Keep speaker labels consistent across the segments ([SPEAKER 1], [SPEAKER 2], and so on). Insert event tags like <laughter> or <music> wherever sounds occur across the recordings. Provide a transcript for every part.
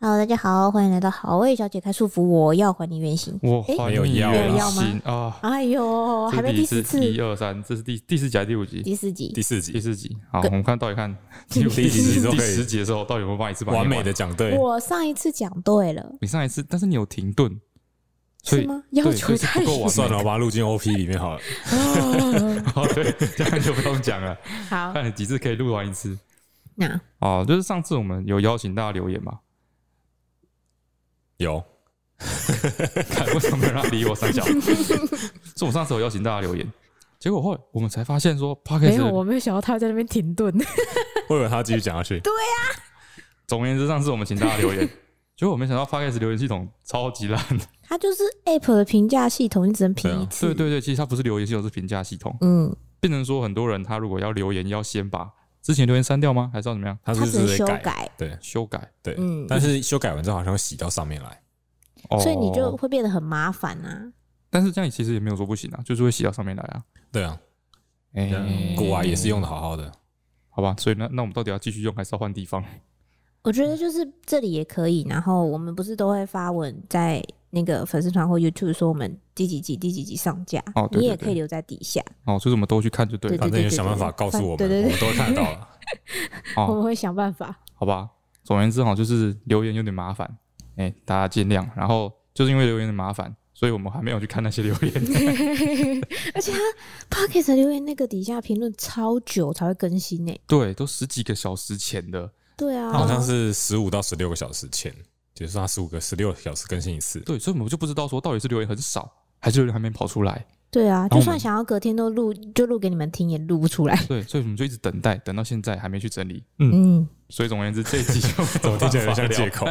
[SPEAKER 1] Hello，大家好，欢迎来到好味小姐开束缚，我要还你原形。
[SPEAKER 2] 我
[SPEAKER 1] 诶
[SPEAKER 2] 怀
[SPEAKER 3] 没有
[SPEAKER 2] 疑
[SPEAKER 3] 要
[SPEAKER 2] 人
[SPEAKER 1] 啦要吗
[SPEAKER 2] 心啊！
[SPEAKER 1] 哎呦，还
[SPEAKER 2] 这
[SPEAKER 1] 没
[SPEAKER 2] 集
[SPEAKER 1] 第
[SPEAKER 2] 是
[SPEAKER 1] 四次，
[SPEAKER 2] 一二三，这是第第四集还是第五集？
[SPEAKER 1] 第四集
[SPEAKER 3] 第，四
[SPEAKER 2] 第
[SPEAKER 3] 集，
[SPEAKER 2] 四集。好，我们看到
[SPEAKER 1] <laughs>
[SPEAKER 2] 底看第五
[SPEAKER 3] 第一集
[SPEAKER 2] 第
[SPEAKER 3] 都
[SPEAKER 2] 第
[SPEAKER 3] 可以
[SPEAKER 2] 十集的时候，到底有没有帮一次把它
[SPEAKER 3] 完
[SPEAKER 2] 念
[SPEAKER 3] 美的讲对，
[SPEAKER 1] 我上一次讲对了，
[SPEAKER 2] 你上一次，但是你有停
[SPEAKER 3] <laughs>
[SPEAKER 2] 顿，所
[SPEAKER 1] 是
[SPEAKER 2] 以
[SPEAKER 1] 吗？要
[SPEAKER 2] 对
[SPEAKER 1] 求
[SPEAKER 2] 就是
[SPEAKER 1] 太
[SPEAKER 2] 不够完
[SPEAKER 3] 算了，我把它录进 OP 里面好了。
[SPEAKER 2] 哦，对，这样就不用讲了。
[SPEAKER 1] 好，
[SPEAKER 2] 看你几次可以录完一次。
[SPEAKER 1] 那
[SPEAKER 2] 哦，就是上次我们有邀请大家留言嘛？
[SPEAKER 3] 有，
[SPEAKER 2] 看为什么没有人要理
[SPEAKER 1] <laughs>
[SPEAKER 2] 我三小？是我上次有邀请大家留言，结果后来我们才发现说 p o d c
[SPEAKER 4] 没
[SPEAKER 2] a s
[SPEAKER 4] 有，
[SPEAKER 2] t
[SPEAKER 4] 我没有想到他会在那边停顿。
[SPEAKER 3] 我以为他继续讲下去。
[SPEAKER 2] 总而言之，上次我们请大家
[SPEAKER 1] <laughs>
[SPEAKER 2] 留言，结果我没想到 p o d c a s t 留言系统超级烂。
[SPEAKER 1] 它就是 App 的评价系统，你只能
[SPEAKER 3] 对
[SPEAKER 1] 评
[SPEAKER 3] 啊
[SPEAKER 1] 一次。
[SPEAKER 2] 对对对，其实它不是留言系统，是评价系统。
[SPEAKER 1] 嗯，
[SPEAKER 2] 变成说很多人他如果要留言，要先把之前留言删掉吗？还是要怎么样
[SPEAKER 3] 他
[SPEAKER 1] 它
[SPEAKER 3] 是
[SPEAKER 1] 只能
[SPEAKER 3] 直接
[SPEAKER 1] 修
[SPEAKER 3] 改，
[SPEAKER 1] 改，
[SPEAKER 3] 对
[SPEAKER 2] 修改？
[SPEAKER 3] 对
[SPEAKER 1] 嗯，
[SPEAKER 3] 但是修改完之后好像洗到上面来，
[SPEAKER 2] 哦
[SPEAKER 1] 所以你就，会变得很麻烦啊。
[SPEAKER 2] 但是这样其实也没有说不行啊，就是会洗到上面来啊。
[SPEAKER 3] 对啊，
[SPEAKER 2] 哎、
[SPEAKER 3] 果啊也是用的好好的，
[SPEAKER 2] 好吧，所以那那我们到底要继续用还是要换地方？
[SPEAKER 1] 我觉得就是这里也可以，然后我们不是都会发文在那个粉丝团或 YouTube 说我们第几集、第几集上架，
[SPEAKER 2] 哦对对
[SPEAKER 1] 你也
[SPEAKER 2] 对
[SPEAKER 1] 可以留在底下。
[SPEAKER 2] 哦，就是我们都去看就对了。
[SPEAKER 1] 对
[SPEAKER 3] 反正就想办法告诉我们，
[SPEAKER 1] 对对对
[SPEAKER 3] 我们都会看得到了。
[SPEAKER 4] 我
[SPEAKER 2] 哦，
[SPEAKER 4] 们会想办法。
[SPEAKER 2] 好吧，总而言之哈，就是留言有点麻烦，哎、大家见谅。然后就是因为留言有点麻烦，所以我们还没有去看那些留言。 <laughs>
[SPEAKER 1] 而且他 p o c k e t 留言那个底下评论超久才会更新呢、
[SPEAKER 2] 对，都十几个小时前的。
[SPEAKER 1] 对啊，
[SPEAKER 3] 它好像是十五到十六个小时前，就是它十五个十六小时更新一次。
[SPEAKER 2] 对，所以我们就不知道说到底是留言很少，还是留言还没跑出来。
[SPEAKER 1] 对啊，
[SPEAKER 2] 后我
[SPEAKER 1] 就
[SPEAKER 2] 们
[SPEAKER 1] 算想要隔天都录，就录给你们听也录不出来。
[SPEAKER 2] 对，所以我们就一直等待，等到现在还没去整理。
[SPEAKER 1] 嗯，
[SPEAKER 2] 所以总而言之，这一集
[SPEAKER 3] <laughs>
[SPEAKER 2] 就
[SPEAKER 3] 怎么听起来有点像借口？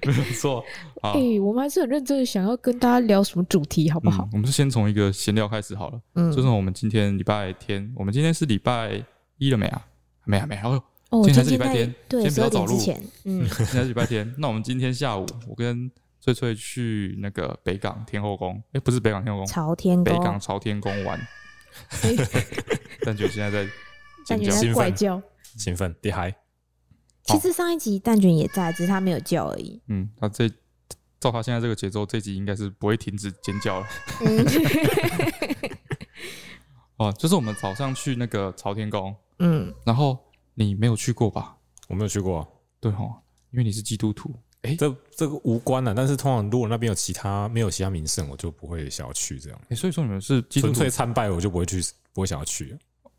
[SPEAKER 2] 没有错啊
[SPEAKER 4] <laughs> 哎、。我们还是很认真的想要跟大家聊什么主题，好不好
[SPEAKER 2] 嗯？，我们是先从一个闲聊开始好了。
[SPEAKER 1] 嗯
[SPEAKER 2] 就是我们今天礼拜天，我们今天是礼拜一了没啊？没啊，没啊。哦，
[SPEAKER 1] 哦，
[SPEAKER 2] 今
[SPEAKER 1] 今
[SPEAKER 2] 天还是
[SPEAKER 1] 天
[SPEAKER 2] 礼拜天
[SPEAKER 1] 在对
[SPEAKER 2] 先不
[SPEAKER 1] 十
[SPEAKER 2] 要
[SPEAKER 1] 二
[SPEAKER 2] 早
[SPEAKER 1] 点
[SPEAKER 2] 录
[SPEAKER 1] 之前，嗯，
[SPEAKER 2] 现在是礼拜天， <laughs> 那我们今天下午，我跟翠翠去那个北港天后宫，哎，不是北港天后宫，
[SPEAKER 1] 朝天哦
[SPEAKER 2] 北
[SPEAKER 1] 宫，
[SPEAKER 2] 港朝天宫玩。 <laughs> 但觉现在在尖
[SPEAKER 4] 感觉
[SPEAKER 2] 叫
[SPEAKER 3] 蛋，
[SPEAKER 4] 在
[SPEAKER 3] 兴奋
[SPEAKER 4] 怪叫，
[SPEAKER 3] 兴奋，厉害！
[SPEAKER 1] 其实上一集蛋卷也在，只是他没有叫而已。
[SPEAKER 2] 嗯，他这照他现在这个节奏，这集应该是不会停止尖叫了。
[SPEAKER 1] 嗯 <laughs>
[SPEAKER 2] 哦，就是我们早上去那个朝天宫，
[SPEAKER 1] 嗯，
[SPEAKER 2] 然后你没有去过吧？
[SPEAKER 3] 我没有去过啊，
[SPEAKER 2] 对哦，因为你是基督徒。
[SPEAKER 3] 这这个无关啊。但是通常如果那边有其他没有其他名胜，我就不会想要去这样。
[SPEAKER 2] 哎，所以说你们是基督
[SPEAKER 3] 纯
[SPEAKER 2] 徒
[SPEAKER 3] 粹参拜，我就不会去，不会想要去。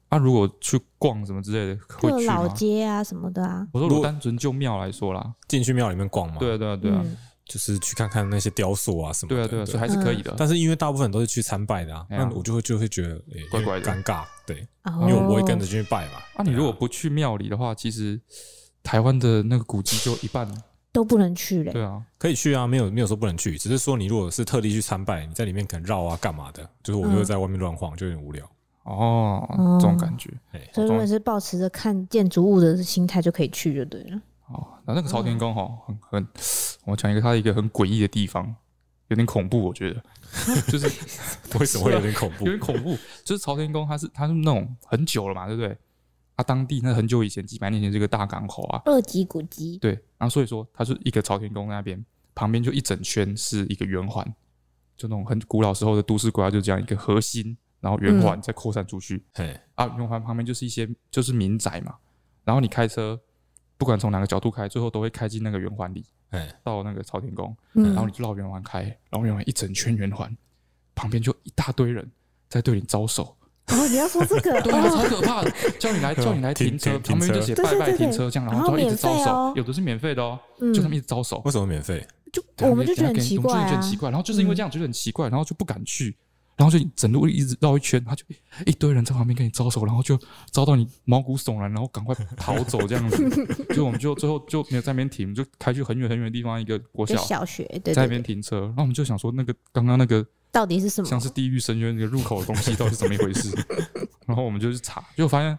[SPEAKER 2] 啊？如果去逛什么之类的，会
[SPEAKER 1] 各
[SPEAKER 2] 去
[SPEAKER 1] 老
[SPEAKER 2] 吗？
[SPEAKER 1] 街啊什么的啊，
[SPEAKER 2] 我说，
[SPEAKER 3] 如
[SPEAKER 2] 如
[SPEAKER 3] 果
[SPEAKER 2] 果单纯就庙来说啦，
[SPEAKER 3] 进去庙里面逛嘛，
[SPEAKER 2] 对啊，对啊，对啊，
[SPEAKER 1] 嗯
[SPEAKER 3] 就是去看看那些雕塑啊什么
[SPEAKER 2] 对
[SPEAKER 3] 的。
[SPEAKER 2] 啊，对啊，所以还是可以
[SPEAKER 1] 嗯
[SPEAKER 2] 的。
[SPEAKER 3] 但是因为大部分都是去参拜的啊，
[SPEAKER 2] 哎呀
[SPEAKER 3] 那我就会就会觉得诶
[SPEAKER 2] 怪怪的
[SPEAKER 3] 有点尴尬，对，
[SPEAKER 1] 哦
[SPEAKER 3] 因为我不会跟着去拜嘛。
[SPEAKER 2] 啊，你如果不去庙里的话，其实台湾的那个古迹就一半，
[SPEAKER 1] 都不能去嘞。
[SPEAKER 2] 对啊，
[SPEAKER 3] 可以去啊，没有没有说不能去，只是说你如果是特地去参拜，你在里面可能绕啊干嘛的，就是我就会在外面乱晃，就有点无聊。
[SPEAKER 2] 哦，
[SPEAKER 1] 哦
[SPEAKER 2] 这种感觉。
[SPEAKER 3] 哎，
[SPEAKER 1] 所以如果嗯是抱持着看建筑物的心态就可以去就对了。
[SPEAKER 2] 哦，那那个朝天
[SPEAKER 3] 嗯
[SPEAKER 2] 宫哈，很很，我讲一个它一个很诡异的地方，有点恐怖，我
[SPEAKER 3] <laughs>
[SPEAKER 2] 觉得，就是
[SPEAKER 3] 为什么会有点恐
[SPEAKER 2] <laughs>
[SPEAKER 3] 怖
[SPEAKER 2] 有？点恐怖。就是朝天宫，它是它是那种很久了嘛，对不对？它当地那很久以前几百年前这个大港口啊，
[SPEAKER 1] 二级古迹，
[SPEAKER 2] 对，然后所以说它是一个朝天宫那边旁边就一整圈是一个圆环，就那种很古老时候的都市规划就这样一个核心，然后圆
[SPEAKER 3] 嗯
[SPEAKER 2] 环再扩散出去、
[SPEAKER 3] 哎，
[SPEAKER 2] 啊，圆环旁边就是一些就是民宅嘛，然后你开车不管从哪个角度开，最后都会开进那个圆环里，
[SPEAKER 3] 哎
[SPEAKER 2] 到那个朝天宫，然后
[SPEAKER 1] 嗯
[SPEAKER 2] 你，就绕圆环开，然后圆环一整圈圆环，旁边就一大堆人在对你招手，
[SPEAKER 1] 哦，你要说这个，
[SPEAKER 2] <laughs> 对啊，超可怕的！叫
[SPEAKER 3] <laughs>
[SPEAKER 2] 你来，叫你来
[SPEAKER 3] 停
[SPEAKER 2] 停车，
[SPEAKER 3] 停
[SPEAKER 2] 旁边就写
[SPEAKER 1] 停车
[SPEAKER 2] 拜拜
[SPEAKER 1] 哦对对对
[SPEAKER 2] 停车这样，然
[SPEAKER 1] 然
[SPEAKER 2] 后
[SPEAKER 1] 后
[SPEAKER 2] 就一直招
[SPEAKER 1] 免费
[SPEAKER 2] 手
[SPEAKER 1] 哦，
[SPEAKER 2] 有的是免费的哦，
[SPEAKER 1] 嗯
[SPEAKER 2] 就他们一直招手
[SPEAKER 3] 为，什么免费？
[SPEAKER 1] 就
[SPEAKER 2] 对啊
[SPEAKER 1] 我们就
[SPEAKER 2] 也
[SPEAKER 1] 觉得很
[SPEAKER 2] 给
[SPEAKER 1] 奇
[SPEAKER 2] 我们
[SPEAKER 1] 怪
[SPEAKER 2] 就觉得
[SPEAKER 1] 啊
[SPEAKER 2] 很，奇怪，然后就是因为这样觉得很奇怪，然后就不敢去，然后就整路一直绕一圈，他就一堆人在旁边跟你招手，然后就招到你毛骨悚然，然后赶快逃走这样子，就我们就最后就没有在那边停，就开去很远很远的地方一个国
[SPEAKER 1] 就
[SPEAKER 2] 小。
[SPEAKER 1] 小学对
[SPEAKER 2] 在
[SPEAKER 1] 对
[SPEAKER 2] 那边
[SPEAKER 1] 对，
[SPEAKER 2] 停车，然后我们就想说，那个刚刚那个
[SPEAKER 1] 到底是什么？
[SPEAKER 2] 像是地狱深渊那个入口的东西到底是怎么一回事？ <laughs> 然后我们就去查，就发现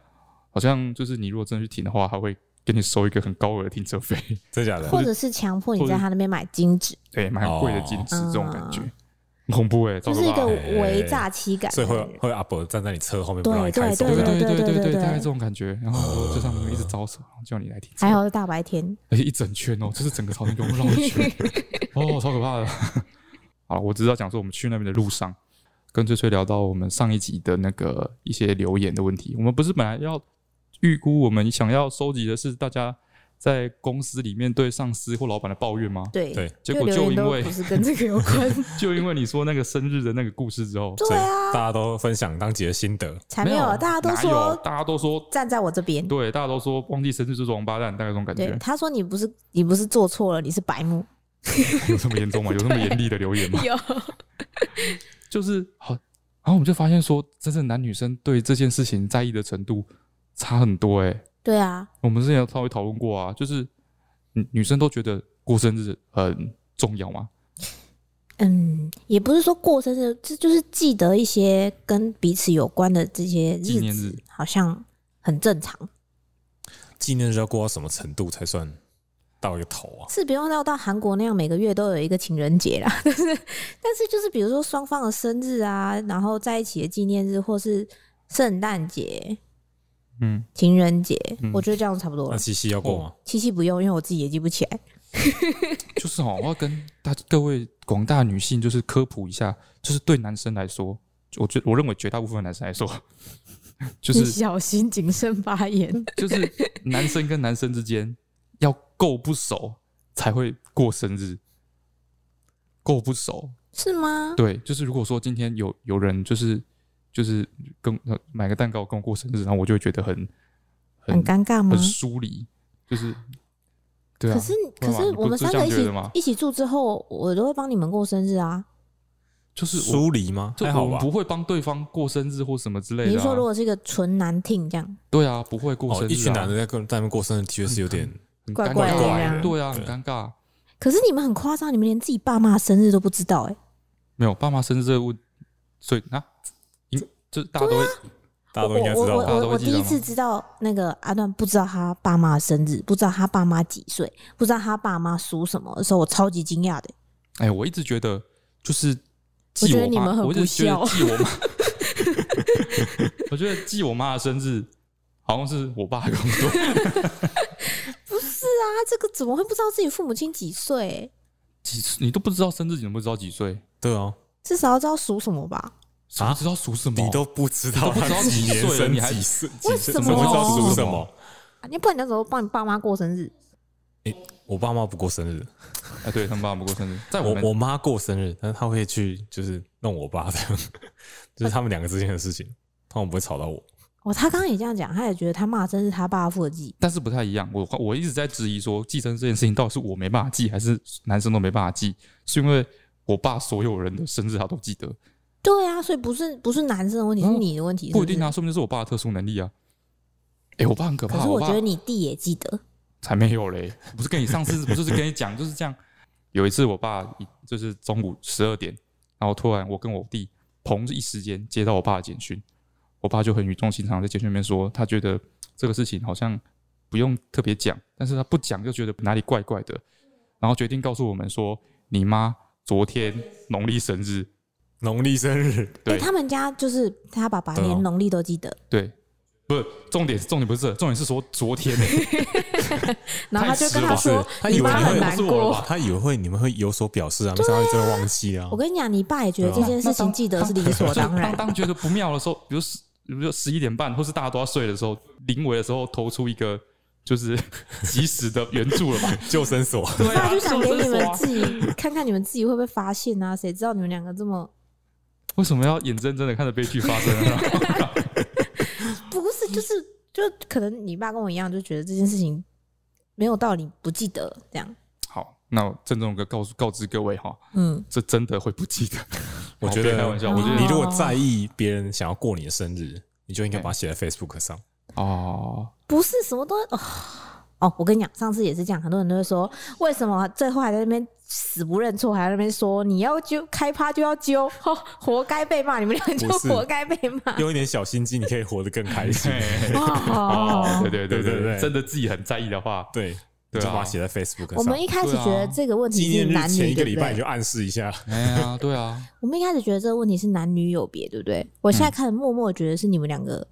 [SPEAKER 2] 好像就是你如果真的去停的话，他会给你收一个很高额的停车费，
[SPEAKER 3] 真假的？
[SPEAKER 1] 或者是强迫
[SPEAKER 2] 或
[SPEAKER 1] 你
[SPEAKER 2] 者
[SPEAKER 1] 在他那边买金纸，
[SPEAKER 2] 对，蛮贵的金纸
[SPEAKER 1] 哦
[SPEAKER 2] 这种感觉。很恐怖哎、欸，
[SPEAKER 1] 就
[SPEAKER 2] 超
[SPEAKER 1] 是
[SPEAKER 2] 可
[SPEAKER 1] 一
[SPEAKER 2] 怕
[SPEAKER 1] 个
[SPEAKER 2] 的、
[SPEAKER 1] 为诈欺感。
[SPEAKER 3] 所以会有会有阿伯站在你车后面不
[SPEAKER 1] 对
[SPEAKER 3] 让你开走，
[SPEAKER 1] 对
[SPEAKER 2] 对
[SPEAKER 3] 这样
[SPEAKER 2] 对
[SPEAKER 1] 对对
[SPEAKER 2] 对对
[SPEAKER 1] 对哎
[SPEAKER 2] 对，大概这种感觉。然后就上面一直招手，然后叫你来停车，
[SPEAKER 1] 还好是大白天，
[SPEAKER 2] 而且一整圈哦，就是整个朝天宫绕
[SPEAKER 1] <laughs>
[SPEAKER 2] 一圈，哦，超可怕的。好，我只是要讲说，我们去那边的路上，跟翠翠聊到我们上一集的那个一些留言的问题。我们不是本来要预估我们想要收集的是大家在公司里面对上司或老板的抱怨吗？
[SPEAKER 1] 对
[SPEAKER 3] 对
[SPEAKER 2] 结果
[SPEAKER 1] 留
[SPEAKER 2] 就
[SPEAKER 1] 言
[SPEAKER 2] 因
[SPEAKER 1] 都
[SPEAKER 2] 为
[SPEAKER 1] 不
[SPEAKER 2] <laughs>
[SPEAKER 1] 是跟这个有关。
[SPEAKER 2] 就因为你说那个生日的那个故事之后，
[SPEAKER 1] 对啊，
[SPEAKER 3] 大家都分享当集的心得，
[SPEAKER 1] 才没有，大家都
[SPEAKER 2] 哪有
[SPEAKER 1] 说
[SPEAKER 2] 大家都
[SPEAKER 1] <laughs>
[SPEAKER 2] 说，
[SPEAKER 1] 站在我这边。
[SPEAKER 2] 对，大家都说忘记生日就是王八蛋，大概这种感觉
[SPEAKER 1] 对，。他说你不是你不是做错了，你是白目。
[SPEAKER 2] 有这么严重吗？有这么严厉的留
[SPEAKER 1] <laughs>
[SPEAKER 2] 言吗？
[SPEAKER 4] 有，
[SPEAKER 2] 就是好，然后我们就发现说，真正男女生对这件事情在意的程度差很多哎、
[SPEAKER 1] 对啊，
[SPEAKER 2] 我们之前有稍微讨论过啊，就是女女生都觉得过生日很重要嘛，
[SPEAKER 1] 嗯，也不是说过生日，这就是记得一些跟彼此有关的这些
[SPEAKER 2] 纪
[SPEAKER 1] 日
[SPEAKER 2] 念
[SPEAKER 1] 子
[SPEAKER 2] 日，
[SPEAKER 1] 好像很正常，
[SPEAKER 3] 纪念日要过到什么程度才算到一个头啊？
[SPEAKER 1] 是不用到到韩国那样每个月都有一个情人节啦。 <laughs> 但是，但是就是比如说双方的生日啊，然后在一起的纪念日，或是圣诞节、
[SPEAKER 2] 嗯，
[SPEAKER 1] 情人节，
[SPEAKER 2] 嗯
[SPEAKER 1] 我觉得这样差不多
[SPEAKER 3] 那
[SPEAKER 1] 了。
[SPEAKER 3] 七夕要过吗？
[SPEAKER 1] 七夕不用，因为我自己也记不起来。
[SPEAKER 2] 就是哦，我要跟大各位广大女性就是科普一下，就是对男生来说，我觉我认为绝大部分男生来说，
[SPEAKER 1] <laughs>
[SPEAKER 2] 就
[SPEAKER 4] 你
[SPEAKER 2] 是
[SPEAKER 4] 小心谨慎
[SPEAKER 3] <laughs>
[SPEAKER 4] 发言。
[SPEAKER 2] 就是男生跟男生之间要够不熟才会过生日，够不熟。
[SPEAKER 1] 是吗？
[SPEAKER 2] 对，就是如果说今天有有人就是就是跟呃买个蛋糕跟我过生日，然后我就会觉得很
[SPEAKER 1] 很尴尬吗
[SPEAKER 2] 很？疏离，就是对啊。
[SPEAKER 1] 嗯可是可
[SPEAKER 2] 会吗
[SPEAKER 1] 是
[SPEAKER 2] 你不
[SPEAKER 1] 我们
[SPEAKER 2] 是
[SPEAKER 1] 三
[SPEAKER 2] 这
[SPEAKER 1] 个
[SPEAKER 2] 样
[SPEAKER 1] 一
[SPEAKER 2] 觉
[SPEAKER 1] 起
[SPEAKER 2] 得吗
[SPEAKER 1] 一起住之后，我都会帮你们过生日啊。
[SPEAKER 2] 就是我
[SPEAKER 3] 疏离吗？
[SPEAKER 2] 就
[SPEAKER 3] 还
[SPEAKER 2] 我
[SPEAKER 3] 好
[SPEAKER 2] 们
[SPEAKER 3] 吧
[SPEAKER 2] 不。会帮对方过生日或什么之类
[SPEAKER 1] 你
[SPEAKER 2] 的、
[SPEAKER 1] 是
[SPEAKER 2] 啊。
[SPEAKER 1] 说如果是一个纯男听这样，
[SPEAKER 2] 对啊，不会过生日、
[SPEAKER 3] 哦，
[SPEAKER 2] 啊
[SPEAKER 3] 一群男的在跟在那边过生日，的确是有点
[SPEAKER 2] 很
[SPEAKER 1] 怪
[SPEAKER 2] 尴
[SPEAKER 1] 怪的
[SPEAKER 2] 尬
[SPEAKER 1] 这样
[SPEAKER 2] 对啊，很
[SPEAKER 3] 对
[SPEAKER 2] 尴尬。
[SPEAKER 1] 可是你们很夸张，你们连自己爸妈的生日都不知道哎、
[SPEAKER 2] 没有爸妈生日这个问，所以啊，因就是大家都会
[SPEAKER 1] 啊
[SPEAKER 3] 大家都应
[SPEAKER 1] 我
[SPEAKER 3] 该知
[SPEAKER 1] 我
[SPEAKER 3] 道吧？
[SPEAKER 2] 大家
[SPEAKER 1] 我
[SPEAKER 2] 都
[SPEAKER 1] 我
[SPEAKER 2] 会
[SPEAKER 1] 我
[SPEAKER 2] 记得
[SPEAKER 1] 第
[SPEAKER 2] 吗
[SPEAKER 1] 一次知道那个阿段不知道他爸妈的生日，不知道他爸妈几岁，不知道他爸妈属什么的时候，我超级惊讶的、
[SPEAKER 2] 哎，我一直觉得就是
[SPEAKER 4] 我
[SPEAKER 2] 记
[SPEAKER 4] 觉
[SPEAKER 2] 我
[SPEAKER 4] 得你
[SPEAKER 2] 妈，
[SPEAKER 4] 们很
[SPEAKER 2] 我一
[SPEAKER 4] 不
[SPEAKER 2] 直觉得
[SPEAKER 4] 孝
[SPEAKER 2] 记我妈， <laughs> 我觉得记我妈的生日好像是我爸的工作。 <laughs>
[SPEAKER 1] 不是啊，这个怎么会不知道自己父母亲几岁、
[SPEAKER 2] 几岁你都不知道生日，你能不知道几岁？
[SPEAKER 3] 对啊，
[SPEAKER 1] 至少要知道属什么吧？
[SPEAKER 2] 啊，知道属什么？
[SPEAKER 3] 你都不知道
[SPEAKER 2] 你都不知道
[SPEAKER 3] 他几
[SPEAKER 2] 几
[SPEAKER 3] 年
[SPEAKER 2] 岁了
[SPEAKER 3] 生
[SPEAKER 2] 你还
[SPEAKER 3] 几岁，
[SPEAKER 1] 为
[SPEAKER 3] 几
[SPEAKER 1] 什
[SPEAKER 3] 岁怎么会知道
[SPEAKER 1] 么
[SPEAKER 3] 属什么？
[SPEAKER 1] 啊你不然你那时候帮你爸妈过生日，
[SPEAKER 3] 我爸妈不过生日，
[SPEAKER 2] 哎，对他们爸不过生日，在我
[SPEAKER 3] 我
[SPEAKER 2] 们
[SPEAKER 3] 我妈过生日，但是她会去就是弄我爸这样， <laughs> 就是他们两个之间的事情，通常不会吵到我。
[SPEAKER 1] 哦，他刚刚也这样讲，他也觉得他骂真是他爸负的记。
[SPEAKER 2] 但是不太一样。我我一直在质疑说，继承这件事情到底是我没办法记，还是男生都没办法记？是因为我爸所有人的生日他都记得，
[SPEAKER 1] 对啊，所以不是不是男生的问题，是
[SPEAKER 2] 嗯
[SPEAKER 1] 你的问题，
[SPEAKER 2] 不
[SPEAKER 1] 是
[SPEAKER 2] 一定啊，。说明是我爸的特殊能力啊。哎、我爸很可
[SPEAKER 1] 可
[SPEAKER 2] 怕，
[SPEAKER 1] 是我
[SPEAKER 2] 爸
[SPEAKER 1] 觉得你弟也记得，
[SPEAKER 2] 才没有嘞。 <laughs> 不是跟你上次，不是跟你讲，就是这样。有一次，我爸一就是中午十二点，然后突然我跟我弟同一时间接到我爸的简讯，我爸就很语重心长地在简讯里面说，他觉得这个事情好像不用特别讲，但是他不讲又觉得哪里怪怪的，然后决定告诉我们说，你妈昨天农历生日，
[SPEAKER 3] 农历生日，
[SPEAKER 1] 哎、
[SPEAKER 2] 对啊
[SPEAKER 1] 他们家就是他爸爸
[SPEAKER 3] 对哦
[SPEAKER 1] 连农历都记得，
[SPEAKER 2] 对，不是重点，重点不是这，重点是说昨天、欸，
[SPEAKER 1] 然后他就跟
[SPEAKER 3] 不
[SPEAKER 1] 他
[SPEAKER 3] 是
[SPEAKER 1] 说，
[SPEAKER 3] 他
[SPEAKER 1] 你
[SPEAKER 3] 以为
[SPEAKER 1] 妈
[SPEAKER 3] 你
[SPEAKER 1] 很
[SPEAKER 3] 会
[SPEAKER 1] 难
[SPEAKER 2] 是我了
[SPEAKER 1] 过
[SPEAKER 2] 吧。
[SPEAKER 3] 他以为会你们会有所表示啊，没想到你真的忘记啊
[SPEAKER 1] 我。跟你讲，你爸也觉得这
[SPEAKER 2] 啊
[SPEAKER 1] 件事情记得是理
[SPEAKER 2] <laughs>
[SPEAKER 1] 所当然
[SPEAKER 2] 当。当觉得不妙的时候，比如十，比如十一点半，或是大家都要睡的时候，临危的时候投出一个就是 <laughs> 及时的援助
[SPEAKER 1] <laughs>
[SPEAKER 2] 了吧？
[SPEAKER 3] 救生所，
[SPEAKER 2] 对
[SPEAKER 1] 爸
[SPEAKER 2] 啊，
[SPEAKER 1] 就想给你
[SPEAKER 2] 就是
[SPEAKER 1] 们
[SPEAKER 2] 说啊
[SPEAKER 1] 自己看看你们自己会不会发现啊？谁知道你们两个这么
[SPEAKER 2] 为什么要眼睁睁的看着悲剧发生啊？ <laughs>
[SPEAKER 1] 不是？就是就可能你爸跟我一样，就觉得这件事情没有道理，不记得这样。
[SPEAKER 2] 好，那我郑重的告诉告知各位哈，
[SPEAKER 1] 嗯，
[SPEAKER 2] 这真的会不记得。
[SPEAKER 3] 我
[SPEAKER 2] 好
[SPEAKER 3] 觉
[SPEAKER 2] 别
[SPEAKER 3] 得
[SPEAKER 2] 开玩笑，
[SPEAKER 1] 哦
[SPEAKER 2] 我觉得
[SPEAKER 3] 你
[SPEAKER 2] 嗯
[SPEAKER 3] 如果在意别人想要过你的生日，你就应该把它写在 Facebook 上。
[SPEAKER 2] <laughs> 哦，
[SPEAKER 1] 不是什么都哦哦。我跟你讲，上次也是这样，很多人都会说，为什么最后还在那边死不认错，还在那边说你要揪开趴就要揪， <laughs> 哦、活该被骂，你们俩就
[SPEAKER 3] 不是
[SPEAKER 1] 活该被骂。
[SPEAKER 3] 用一点小心机，你可以活得更开心
[SPEAKER 2] 嘿。
[SPEAKER 4] 哇， <laughs>
[SPEAKER 2] 对对对哎对
[SPEAKER 3] 对对
[SPEAKER 4] 哦
[SPEAKER 2] 对，
[SPEAKER 3] 对
[SPEAKER 2] 真的自己很在意的话，
[SPEAKER 3] 对，
[SPEAKER 2] <laughs> 对
[SPEAKER 3] 就把它
[SPEAKER 2] 啊，
[SPEAKER 3] 写在 Facebook 上。
[SPEAKER 1] 我们一开始觉得这个问
[SPEAKER 3] 纪
[SPEAKER 1] 题是
[SPEAKER 3] 念
[SPEAKER 1] 男
[SPEAKER 3] 日前
[SPEAKER 1] 女，
[SPEAKER 3] 一
[SPEAKER 1] 对
[SPEAKER 3] 个
[SPEAKER 1] 不
[SPEAKER 3] 礼拜你
[SPEAKER 1] 对
[SPEAKER 3] 就？暗示一下，
[SPEAKER 2] 哎呀，对啊，
[SPEAKER 1] 我们一开始觉得这个问题是男女有别，对不对？我现在
[SPEAKER 2] 嗯
[SPEAKER 1] 开始默默觉得是你们两个，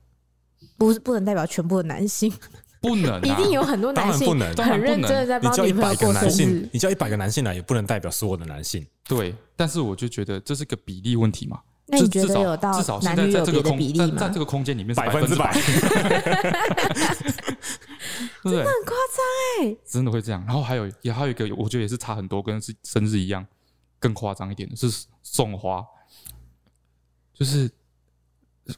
[SPEAKER 1] 不是不能代表全部的男性， <laughs>
[SPEAKER 2] 不能、啊，
[SPEAKER 1] 一定有很多
[SPEAKER 3] 当
[SPEAKER 1] 男
[SPEAKER 3] 然
[SPEAKER 1] 性
[SPEAKER 3] 不能。
[SPEAKER 2] 当然
[SPEAKER 1] 很
[SPEAKER 2] 不
[SPEAKER 1] 认
[SPEAKER 2] 能
[SPEAKER 1] 真的在
[SPEAKER 3] 你
[SPEAKER 1] 帮
[SPEAKER 3] 叫
[SPEAKER 1] 女
[SPEAKER 3] 一
[SPEAKER 1] 朋友
[SPEAKER 3] 百个
[SPEAKER 1] 过
[SPEAKER 3] 男
[SPEAKER 1] 生
[SPEAKER 3] 性
[SPEAKER 4] <laughs>
[SPEAKER 1] 日，，
[SPEAKER 3] 你叫一百个男性来，也不能代表所有的男性。
[SPEAKER 2] 对，但是我就觉得这是个比例问题嘛。
[SPEAKER 1] 那你
[SPEAKER 2] 至
[SPEAKER 1] 觉
[SPEAKER 2] 至
[SPEAKER 1] 得
[SPEAKER 2] 少
[SPEAKER 1] 有到
[SPEAKER 2] 至少现
[SPEAKER 1] 男
[SPEAKER 2] 在
[SPEAKER 1] 女
[SPEAKER 2] 在
[SPEAKER 1] 有
[SPEAKER 2] 这
[SPEAKER 1] 别
[SPEAKER 2] 个
[SPEAKER 1] 的
[SPEAKER 2] 空
[SPEAKER 1] 比
[SPEAKER 2] 在
[SPEAKER 1] 例
[SPEAKER 2] 在
[SPEAKER 1] 吗
[SPEAKER 2] 这？个空间里面是
[SPEAKER 3] 百分
[SPEAKER 2] 分
[SPEAKER 3] 之百 <laughs>
[SPEAKER 2] 百，对不对？
[SPEAKER 1] 很夸张哎！
[SPEAKER 2] 真的会这样。然后还有也还有一个，我觉得也是差很多，跟是生日一样，更夸张一点的是送花，就是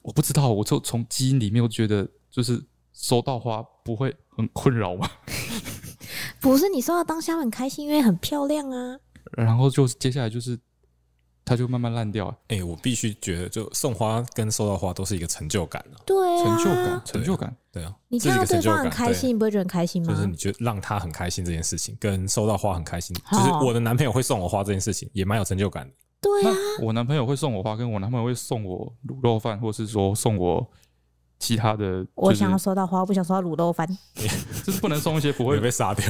[SPEAKER 2] 我不知道，我就从基因里面我觉得就是收到花不会很困扰嘛，
[SPEAKER 1] 不是你收到当下会很开心，因为很漂亮啊。
[SPEAKER 2] <laughs> 然后就接下来就是它就慢慢烂掉，
[SPEAKER 3] 哎、我必须觉得，就送花跟收到花都是一个成就感啊，
[SPEAKER 1] 对
[SPEAKER 2] 成
[SPEAKER 1] 啊，
[SPEAKER 2] 就感，成就感。
[SPEAKER 3] 对啊，
[SPEAKER 1] 你
[SPEAKER 3] 这
[SPEAKER 1] 看
[SPEAKER 3] 是一
[SPEAKER 1] 到对
[SPEAKER 3] 个成就
[SPEAKER 1] 方
[SPEAKER 3] 感，
[SPEAKER 1] 很开心，你不会觉得很开心吗？
[SPEAKER 3] 对就是你觉得让他很开心这件事情，跟收到花很开心，
[SPEAKER 1] 哦
[SPEAKER 3] 就是我的男朋友会送我花这件事情，也蛮有成就感的。
[SPEAKER 1] 对啊，
[SPEAKER 2] 那我男朋友会送我花，跟我男朋友会送我卤肉饭，或是说送我其他的，
[SPEAKER 1] 我
[SPEAKER 2] 就是
[SPEAKER 1] 想要收到花，我不想收到卤肉饭，
[SPEAKER 2] 就是不能送一些不
[SPEAKER 3] 我
[SPEAKER 2] 会
[SPEAKER 3] 会被杀掉，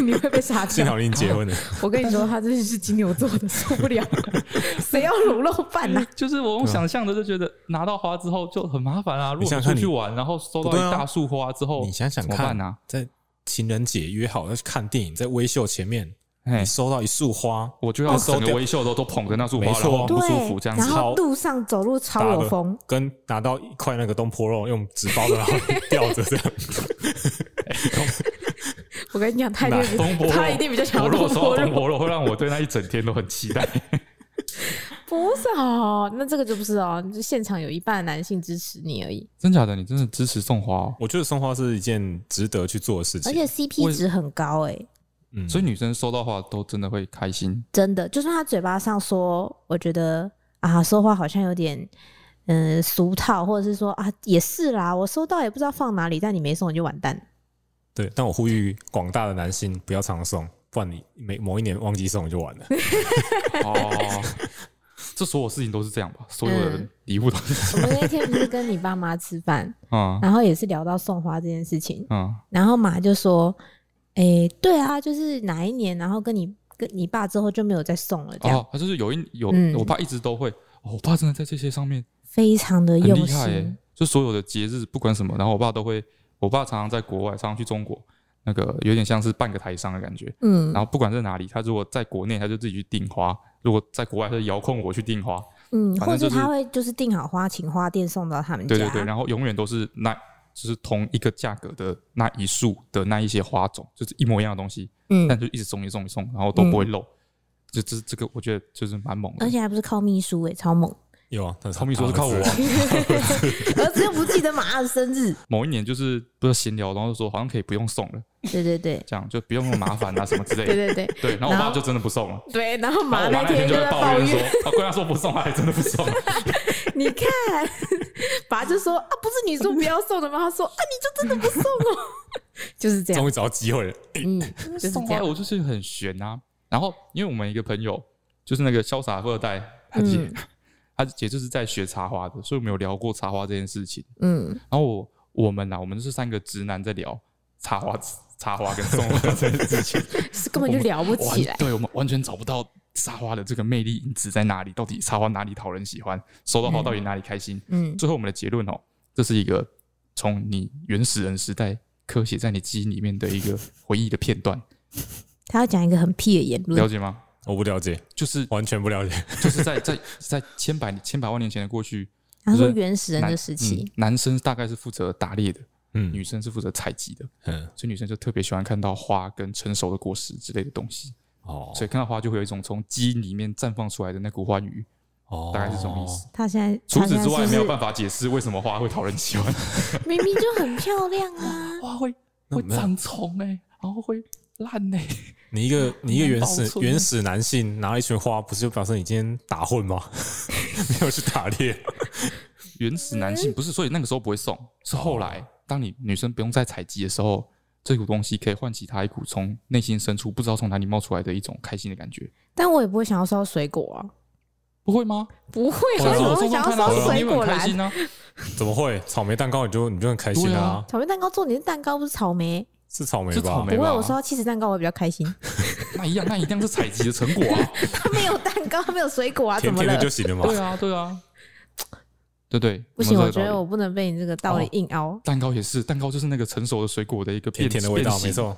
[SPEAKER 1] 你会被杀
[SPEAKER 3] 幸
[SPEAKER 1] 掉。
[SPEAKER 3] 好你已经结婚了。
[SPEAKER 4] <laughs> 我跟你说，他真的是金牛座的，受不
[SPEAKER 3] <laughs>
[SPEAKER 4] 了。
[SPEAKER 1] 谁要卤肉饭呢？
[SPEAKER 2] <laughs> 就是我用想象的就觉得拿到花之后就很麻烦啊。如
[SPEAKER 3] 你
[SPEAKER 2] 果
[SPEAKER 3] 想
[SPEAKER 2] 你
[SPEAKER 3] 想
[SPEAKER 2] 出
[SPEAKER 3] 看
[SPEAKER 2] 去
[SPEAKER 3] 你
[SPEAKER 2] 玩，然后收
[SPEAKER 3] 不
[SPEAKER 2] 到
[SPEAKER 3] 对
[SPEAKER 2] 一
[SPEAKER 3] 啊
[SPEAKER 2] 大束花之后，
[SPEAKER 3] 你想想
[SPEAKER 2] 怎么办
[SPEAKER 3] 看
[SPEAKER 2] 啊？
[SPEAKER 3] 在情人节约好要去看电影，在微秀前面，
[SPEAKER 2] 哎
[SPEAKER 3] 你，收到一束花，
[SPEAKER 2] 我就要整
[SPEAKER 3] 收
[SPEAKER 2] 个
[SPEAKER 3] 掉
[SPEAKER 2] 微秀都都捧着那束花，
[SPEAKER 3] 没
[SPEAKER 2] 然
[SPEAKER 3] 错
[SPEAKER 2] 后
[SPEAKER 3] 好
[SPEAKER 2] 不舒
[SPEAKER 1] 对
[SPEAKER 2] 服这，样
[SPEAKER 1] 然
[SPEAKER 2] 子。
[SPEAKER 1] 后路上走路超有风，
[SPEAKER 3] 跟拿到一块那个东坡肉用纸包着，
[SPEAKER 2] <laughs>
[SPEAKER 3] 然后吊着这样。
[SPEAKER 4] 我跟你讲，他一定
[SPEAKER 2] 东坡肉，
[SPEAKER 4] 他一定比较想要
[SPEAKER 2] 我如果
[SPEAKER 4] 东
[SPEAKER 2] 收
[SPEAKER 1] <laughs>
[SPEAKER 4] 坡
[SPEAKER 2] 到东
[SPEAKER 4] 肉，
[SPEAKER 2] 坡肉，会让我对那一整天都很期
[SPEAKER 3] <laughs>
[SPEAKER 2] 待。
[SPEAKER 4] 不是哦， <laughs> 那这个就不是哦，就现场有一半的男性支持你而已。
[SPEAKER 2] 真假的？你真的支持送花哦？
[SPEAKER 3] 我觉得送花是一件值得去做的事情，
[SPEAKER 1] 而且 CP 值很高哎，
[SPEAKER 3] 嗯，
[SPEAKER 2] 所以女生收到花都真的会开心。
[SPEAKER 1] 真的，就算他嘴巴上说，我觉得啊，说话好像有点。嗯，俗套，或者是说啊，也是啦，我收到也不知道放哪里，但你没送我就完蛋。
[SPEAKER 3] 对，但我呼吁广大的男性不要常送，不然你每某一年忘记送你就完
[SPEAKER 2] <laughs>
[SPEAKER 3] 了。
[SPEAKER 2] 哦， <laughs> 这所有事情都是这样吧？所有的人
[SPEAKER 4] 嗯
[SPEAKER 2] 礼物都是
[SPEAKER 3] <laughs>
[SPEAKER 4] <laughs> 我们那天不是跟你爸妈吃饭，
[SPEAKER 2] 啊
[SPEAKER 1] 然后也是聊到送花这件事情，
[SPEAKER 2] 啊
[SPEAKER 1] 然后马就说：“诶，对啊，就是哪一年，然后跟你跟你爸之后就没有再送了，这样、
[SPEAKER 2] 哦，他就是有一有
[SPEAKER 1] 嗯
[SPEAKER 2] 我爸一直都会，哦我爸真的在这些上面
[SPEAKER 1] 非常的
[SPEAKER 2] 很
[SPEAKER 1] 用
[SPEAKER 2] 厉害欸耶
[SPEAKER 1] 心。，
[SPEAKER 2] 就所有的节日不管什么，然后我爸都会，我爸常常在国外，常常去中国，那个有点像是半个台商的感觉。
[SPEAKER 1] 嗯 <laughs>
[SPEAKER 2] 然后不管在哪里，他如果在国内，他就自己去订花；如果在国外，他就遥控我去订花。
[SPEAKER 1] 嗯，
[SPEAKER 2] 反
[SPEAKER 1] 或
[SPEAKER 2] 正就
[SPEAKER 1] 者
[SPEAKER 2] 是
[SPEAKER 1] 他会就是订好花，请花店送到他们家。
[SPEAKER 2] 对对对，然后永远都是那，就是同一个价格的那一束的那一些花种，就是一模一样的东西，但
[SPEAKER 1] 嗯，
[SPEAKER 2] 就一直送一直送一直送，然后都不会漏。就这这个，我觉得就是蛮猛的
[SPEAKER 1] 而。且还不是靠秘书诶、欸超猛。
[SPEAKER 3] 有啊，但是
[SPEAKER 2] 他们说是靠我、啊，
[SPEAKER 1] 儿子又不记得马的生日，
[SPEAKER 2] 某一年就是不是闲聊，然后就说好像可以不用送了，
[SPEAKER 1] 对对对，
[SPEAKER 2] 这样就不用那么麻烦啊什么之类
[SPEAKER 1] <laughs>
[SPEAKER 4] 对
[SPEAKER 2] 的。
[SPEAKER 4] 对对
[SPEAKER 2] 对，然后我
[SPEAKER 4] 然
[SPEAKER 2] 爸
[SPEAKER 4] 后
[SPEAKER 2] 就真的不送了。
[SPEAKER 4] 对，然后
[SPEAKER 2] 然后
[SPEAKER 4] 马
[SPEAKER 2] 哦我爸那
[SPEAKER 4] 天
[SPEAKER 2] 就
[SPEAKER 4] 在
[SPEAKER 2] 在抱
[SPEAKER 4] 怨
[SPEAKER 2] 说，我跟他说不送，他还真的不送。
[SPEAKER 4] <laughs> 你看，爸
[SPEAKER 1] <laughs>
[SPEAKER 4] 就说啊，不是你说不要送的吗？他说啊，你就真的不送哦， <laughs> 就是这
[SPEAKER 3] <laughs>
[SPEAKER 4] 样
[SPEAKER 3] 终于找到机会了。
[SPEAKER 1] <laughs>
[SPEAKER 4] 嗯，就是
[SPEAKER 2] 送
[SPEAKER 4] 这
[SPEAKER 2] 花
[SPEAKER 4] 样。
[SPEAKER 2] 我就是很悬啊。然后因为我们一个朋友就是那个潇洒富二代，他姐、
[SPEAKER 1] 嗯
[SPEAKER 2] <laughs> 他姐就是在学插花的，所以我们有聊过插花这件事情。
[SPEAKER 1] <laughs> 嗯，
[SPEAKER 2] 然后我我们啊，我们就是三个直男在聊插花 <laughs> 插花跟送花这件事情。
[SPEAKER 4] 是根本就聊不起来
[SPEAKER 2] 完。对我们完全找不到插花的这个魅力因子在哪里，到底插花哪里讨人喜欢，收到花到底哪里开心？
[SPEAKER 1] 嗯
[SPEAKER 2] 最后我们的结论哦，这是一个从你原始人时代刻写在你基因里面的一个回忆的片段，
[SPEAKER 1] 他要讲一个很屁的言
[SPEAKER 2] 了
[SPEAKER 1] 论，
[SPEAKER 2] 解吗？
[SPEAKER 3] 我不了解，
[SPEAKER 2] 就是
[SPEAKER 3] 完全不了解。
[SPEAKER 2] 就是在在在千百千百万年前的过去，
[SPEAKER 1] 他说
[SPEAKER 2] 就是
[SPEAKER 1] 原始人
[SPEAKER 2] 男
[SPEAKER 1] 的时期
[SPEAKER 2] 嗯，男生大概是负责打猎的，
[SPEAKER 3] 嗯
[SPEAKER 2] 女生是负责采集的，
[SPEAKER 3] 嗯，
[SPEAKER 2] 所以女生就特别喜欢看到花跟成熟的果实之类的东西，
[SPEAKER 3] 哦
[SPEAKER 2] 所以看到花就会有一种从基因里面绽放出来的那股欢愉，
[SPEAKER 3] 哦
[SPEAKER 2] 大概是这种意思。。
[SPEAKER 1] 他现在
[SPEAKER 2] 除
[SPEAKER 1] 他
[SPEAKER 2] 此
[SPEAKER 1] 现在
[SPEAKER 2] 之外，
[SPEAKER 1] 是不
[SPEAKER 2] 没
[SPEAKER 1] 是
[SPEAKER 2] 有办法解释为什么花会讨人喜欢。。
[SPEAKER 1] 明明就很漂亮啊
[SPEAKER 2] 花会
[SPEAKER 3] 那
[SPEAKER 2] 会
[SPEAKER 3] 没有
[SPEAKER 2] 长虫哎、然后会烂哎、
[SPEAKER 3] 你一个你一个原
[SPEAKER 2] 很难保
[SPEAKER 3] 始
[SPEAKER 2] 存
[SPEAKER 3] 原始男性拿了一群花，不是就表示你今天打混吗？ <laughs> 没有去打猎，
[SPEAKER 2] 原始男性不是，所以那个时候不会送，
[SPEAKER 3] 哦
[SPEAKER 2] 是后来当你女生不用再采集的时候，这股东西可以唤起她一股从内心深处不知道从哪里冒出来的一种开心的感觉，
[SPEAKER 1] 但我也不会想要收到水果啊，
[SPEAKER 2] 不会吗？
[SPEAKER 4] 不会
[SPEAKER 3] 会啊
[SPEAKER 4] 啊，为什么
[SPEAKER 2] 我
[SPEAKER 4] 会
[SPEAKER 2] 送送
[SPEAKER 4] 想要
[SPEAKER 2] 看啊
[SPEAKER 4] 收
[SPEAKER 2] 我一
[SPEAKER 4] 水
[SPEAKER 2] 定会
[SPEAKER 4] 果
[SPEAKER 2] 很开
[SPEAKER 4] 篮？
[SPEAKER 2] 心啊！
[SPEAKER 3] 怎么会？草莓蛋糕你就你就很开心
[SPEAKER 2] 对啊
[SPEAKER 3] 啊？
[SPEAKER 1] 草莓蛋糕重点是蛋糕不是草莓，
[SPEAKER 3] 是草莓
[SPEAKER 2] 是草
[SPEAKER 3] 吧？
[SPEAKER 2] 莓
[SPEAKER 1] 不会，
[SPEAKER 2] 吧
[SPEAKER 1] 我收到起司蛋糕，我比较开
[SPEAKER 4] <laughs>
[SPEAKER 1] 心。
[SPEAKER 2] 那一样，那一定是采集的成果啊！
[SPEAKER 3] <laughs>
[SPEAKER 1] 它没有蛋糕，它没有水果啊，怎
[SPEAKER 3] 甜
[SPEAKER 1] 么
[SPEAKER 3] 甜的
[SPEAKER 1] 了
[SPEAKER 3] 就？行了嘛。
[SPEAKER 2] 对啊，对啊，对不对？
[SPEAKER 1] 不行，
[SPEAKER 2] 有没
[SPEAKER 1] 我
[SPEAKER 2] 有这
[SPEAKER 1] 觉
[SPEAKER 2] 个道理
[SPEAKER 1] 得我不能被你这个道理
[SPEAKER 2] 哦
[SPEAKER 1] 硬凹。
[SPEAKER 2] 蛋糕也是，蛋糕就是那个成熟的水果的一个
[SPEAKER 3] 甜
[SPEAKER 2] 变
[SPEAKER 3] 甜的味道，没。
[SPEAKER 2] 变形
[SPEAKER 3] 错，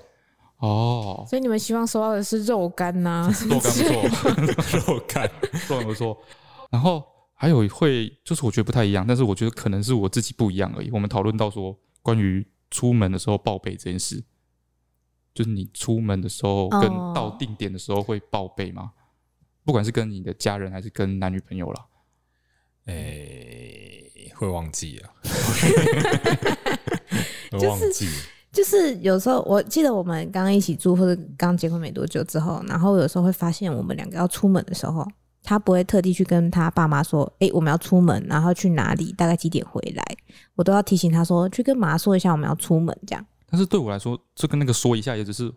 [SPEAKER 2] 哦，
[SPEAKER 1] 所以你们希望收到的是肉干呐、
[SPEAKER 2] 肉干不错。
[SPEAKER 3] 肉干。
[SPEAKER 2] 做得不错。 <laughs> 然后还有会，就是我觉得不太一样，但是我觉得可能是我自己不一样而已。我们讨论到说，关于出门的时候报备这件事，就是你出门的时候
[SPEAKER 1] 哦
[SPEAKER 2] 跟到定点的时候会报备吗？不管是跟你的家人还是跟男女朋友啦，
[SPEAKER 3] 哎，会忘记啊，会忘记。
[SPEAKER 1] 就是有时候我记得我们刚一起住或者刚结婚没多久之后，然后有时候会发现我们两个要出门的时候，他不会特地去跟他爸妈说：“诶，我们要出门，然后去哪里，大概几点回来。”我都要提醒他说：“去跟妈说一下我们要出门。”这样
[SPEAKER 2] 但是对我来说，这跟那个说一下也只是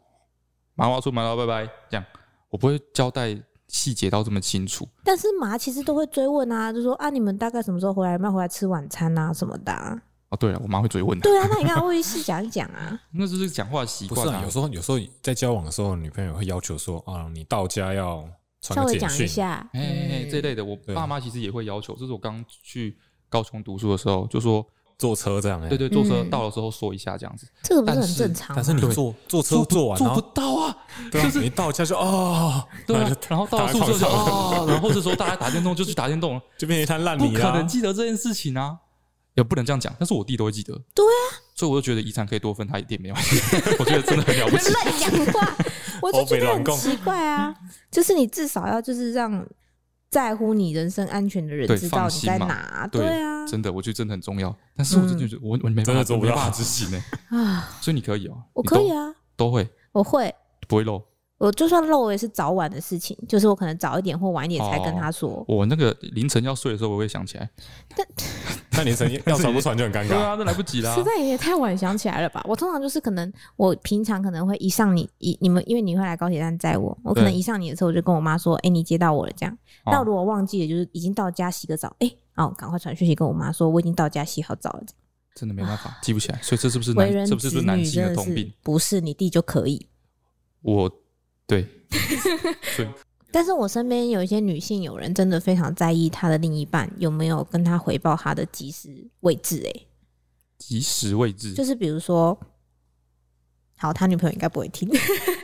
[SPEAKER 2] 妈妈出门了，拜拜这样，我不会交代细节到这么清楚。
[SPEAKER 1] 但是麻其实都会追问啊，就说啊，你们大概什么时候回来？有没有回来吃晚餐啊什么的、啊？
[SPEAKER 2] 哦，对了，我妈会追问的，
[SPEAKER 1] 对啊，那你刚刚会细讲一讲啊。
[SPEAKER 2] 那就是讲话习
[SPEAKER 3] 不是
[SPEAKER 2] 惯
[SPEAKER 3] 啊，有时候有时候在交往的时候，女朋友会要求说啊，你到家要传
[SPEAKER 1] 稍
[SPEAKER 3] 个
[SPEAKER 1] 微
[SPEAKER 3] 简
[SPEAKER 1] 讲一
[SPEAKER 3] 讯，
[SPEAKER 1] 下，嗯
[SPEAKER 2] 哎、这类的，我
[SPEAKER 3] 对
[SPEAKER 2] 爸妈其实也会要求，这是我刚去高雄读书的时候就说，
[SPEAKER 3] 坐车这样。哎
[SPEAKER 2] 对，对，坐车
[SPEAKER 1] 嗯
[SPEAKER 2] 到的时候说一下这样子，
[SPEAKER 1] 这个不是
[SPEAKER 2] 但
[SPEAKER 1] 很
[SPEAKER 2] 是
[SPEAKER 1] 正常吗
[SPEAKER 3] 但？是你
[SPEAKER 2] 对
[SPEAKER 3] 坐坐车坐完，
[SPEAKER 2] 做
[SPEAKER 3] 然
[SPEAKER 2] 不
[SPEAKER 3] 后
[SPEAKER 2] 到啊，
[SPEAKER 3] 对啊，你到家就哦，
[SPEAKER 2] 对啊
[SPEAKER 3] 然
[SPEAKER 2] 然后
[SPEAKER 3] 后，
[SPEAKER 2] 到了宿舍就
[SPEAKER 3] 躺在床
[SPEAKER 2] 哦，然后是说大家打电动就去打电
[SPEAKER 3] <laughs>
[SPEAKER 2] 动了，
[SPEAKER 3] 就变成一滩烂
[SPEAKER 2] 不
[SPEAKER 3] 泥啊
[SPEAKER 2] 可能
[SPEAKER 3] 啦。
[SPEAKER 2] 记得这件事情啊，也不能这样讲，但是我弟都会记得，
[SPEAKER 1] 对
[SPEAKER 2] 啊，所以我就觉得遗产可以多分他一点没关系， <laughs> 我觉得真的很了不起，
[SPEAKER 1] 乱讲话，我就觉得很奇怪
[SPEAKER 2] <laughs>
[SPEAKER 1] 啊。就是你至少要就是让在乎你人身安全的人
[SPEAKER 2] 对
[SPEAKER 1] 知道
[SPEAKER 2] 放
[SPEAKER 1] 你
[SPEAKER 2] 心
[SPEAKER 1] 在
[SPEAKER 2] 嘛
[SPEAKER 1] 哪，
[SPEAKER 2] 对
[SPEAKER 1] 对啊，嗯
[SPEAKER 2] 真的我觉得真的很重要，但是我真的觉得我我没
[SPEAKER 3] 真
[SPEAKER 2] 办
[SPEAKER 3] 的
[SPEAKER 2] 法
[SPEAKER 3] 做不
[SPEAKER 2] 没
[SPEAKER 3] 到
[SPEAKER 2] 办法执行呢，
[SPEAKER 1] 啊，
[SPEAKER 2] 所以你可以哦，
[SPEAKER 1] 我
[SPEAKER 2] 你
[SPEAKER 1] 可以
[SPEAKER 2] 都，
[SPEAKER 1] 啊，
[SPEAKER 2] 都会
[SPEAKER 1] 我会，
[SPEAKER 2] 不会漏。
[SPEAKER 1] 我就算漏我也是早晚的事情，就是我可能早一点或晚一点才跟他说。
[SPEAKER 2] 我那个凌晨要睡的时候，我会想起来。
[SPEAKER 3] 那你
[SPEAKER 2] <laughs>
[SPEAKER 3] 曾经要传不传就很尴
[SPEAKER 2] 对
[SPEAKER 3] 尬。
[SPEAKER 2] 啊，那来不及啦
[SPEAKER 4] 实。在也太晚想起来了吧？
[SPEAKER 1] 我通常就是可能，我平常可能会一上你一你们，因为你会来高铁站载我，我可能
[SPEAKER 2] 对
[SPEAKER 1] 一上你的时候，我就跟我妈说：“哎、你接到我了。”这样，
[SPEAKER 2] 哦
[SPEAKER 1] 那如果忘记了，就是已经到家洗个澡，哎、哦，赶快传讯息跟我妈说我已经到家洗好澡了。
[SPEAKER 2] 真的没办法，记不起来。所以这是不是
[SPEAKER 1] 为
[SPEAKER 2] 男？
[SPEAKER 1] 人
[SPEAKER 2] 这不是
[SPEAKER 1] 子
[SPEAKER 2] 是男
[SPEAKER 1] 女
[SPEAKER 2] 性
[SPEAKER 1] 真
[SPEAKER 2] 的
[SPEAKER 1] 的
[SPEAKER 2] 通
[SPEAKER 1] 是
[SPEAKER 2] 病？
[SPEAKER 1] 不是你弟就可以。
[SPEAKER 2] 我对，
[SPEAKER 1] 但是我身边有一些女性友人，真的非常在意她的另一半有没有跟她回报她的及时位置、欸。
[SPEAKER 2] 及时位置
[SPEAKER 1] 就是比如说，好，他女朋友应该不会听。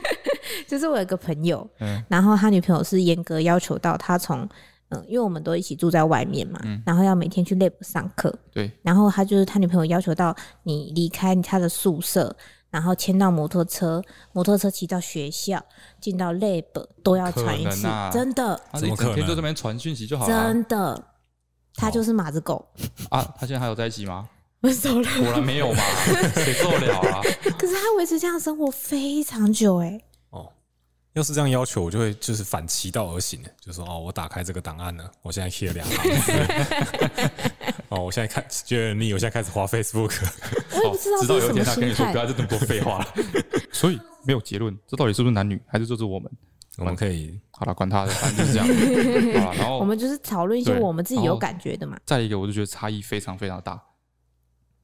[SPEAKER 1] <laughs> 就是我有一个朋友，
[SPEAKER 2] 嗯
[SPEAKER 1] 然后他女朋友是严格要求到他从，嗯，因为我们都一起住在外面嘛，
[SPEAKER 2] 嗯
[SPEAKER 1] 然后要每天去 lab 上课，
[SPEAKER 2] 对，
[SPEAKER 1] 然后他就是他女朋友要求到你离开他的宿舍，然后牵到摩托车，摩托车骑到学校，进到 lab 都要传一
[SPEAKER 2] 不可
[SPEAKER 1] 次，
[SPEAKER 2] 能啊
[SPEAKER 1] 真的
[SPEAKER 2] 他
[SPEAKER 3] 怎
[SPEAKER 2] 一
[SPEAKER 3] 么可
[SPEAKER 2] 整天
[SPEAKER 3] 能
[SPEAKER 2] 就在那边传讯息就好啊了
[SPEAKER 1] 真的，他就是马子狗， <laughs>
[SPEAKER 2] 啊！他现在还有在一起吗？
[SPEAKER 1] 分手了。
[SPEAKER 2] 果然没有嘛，
[SPEAKER 1] <laughs>
[SPEAKER 2] 谁受得了啊？
[SPEAKER 1] 可是他维持这样的生活非常久、欸，哎，
[SPEAKER 3] 哦，要是这样要求，我就会就是反其道而行，就说哦，我打开这个档案了，我现在 k 了
[SPEAKER 2] <laughs>
[SPEAKER 3] 两行。哦，我现在看觉得很腻，我现在开始滑 Facebook。
[SPEAKER 1] 我也不知道
[SPEAKER 2] 哦
[SPEAKER 1] 这
[SPEAKER 2] 直到
[SPEAKER 1] 是
[SPEAKER 2] 有
[SPEAKER 1] 什
[SPEAKER 2] 一
[SPEAKER 1] 么
[SPEAKER 2] 天他跟
[SPEAKER 1] 心
[SPEAKER 2] 你说
[SPEAKER 1] 态
[SPEAKER 2] 不。要再这么多废话了，所以没有结论，这到底是不是男女，还是就是我们？
[SPEAKER 3] <laughs> 我们可以
[SPEAKER 2] 好了，管他的，反正就是
[SPEAKER 1] <laughs>
[SPEAKER 2] 这样。好了，然
[SPEAKER 1] 我
[SPEAKER 2] 后
[SPEAKER 1] 们就是讨论一些
[SPEAKER 2] 哦对
[SPEAKER 1] 我们自己
[SPEAKER 2] 然
[SPEAKER 1] 有
[SPEAKER 2] 后
[SPEAKER 1] 感觉的嘛。
[SPEAKER 2] 再一个，我就觉得差异非常非常大。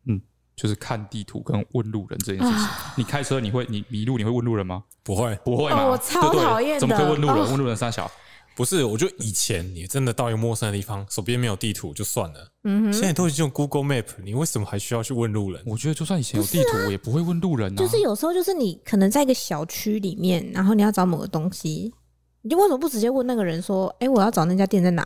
[SPEAKER 2] 嗯，就是看地图跟问路人这件事情。
[SPEAKER 1] 啊
[SPEAKER 2] 你开车你会你迷路你会问路人吗？
[SPEAKER 3] 不会，
[SPEAKER 2] 不会嘛？
[SPEAKER 1] 哦我超
[SPEAKER 2] 对不对
[SPEAKER 1] 讨厌的
[SPEAKER 2] 怎么可以问路人？
[SPEAKER 1] 哦
[SPEAKER 2] 问路人三小，
[SPEAKER 3] 不是，我就以前你真的到一个陌生的地方，手边没有地图就算了，
[SPEAKER 1] 嗯
[SPEAKER 3] 现
[SPEAKER 1] 哼，
[SPEAKER 3] 在都已经用 Google Map，你为什么还需要去问路人？
[SPEAKER 2] 我觉得就算以前有地图，我也不会问路人啊。
[SPEAKER 1] 就是有时候就是你可能在一个小区里面，然后你要找某个东西，你就为什么不直接问那个人说：“哎、我要找那家店在哪？”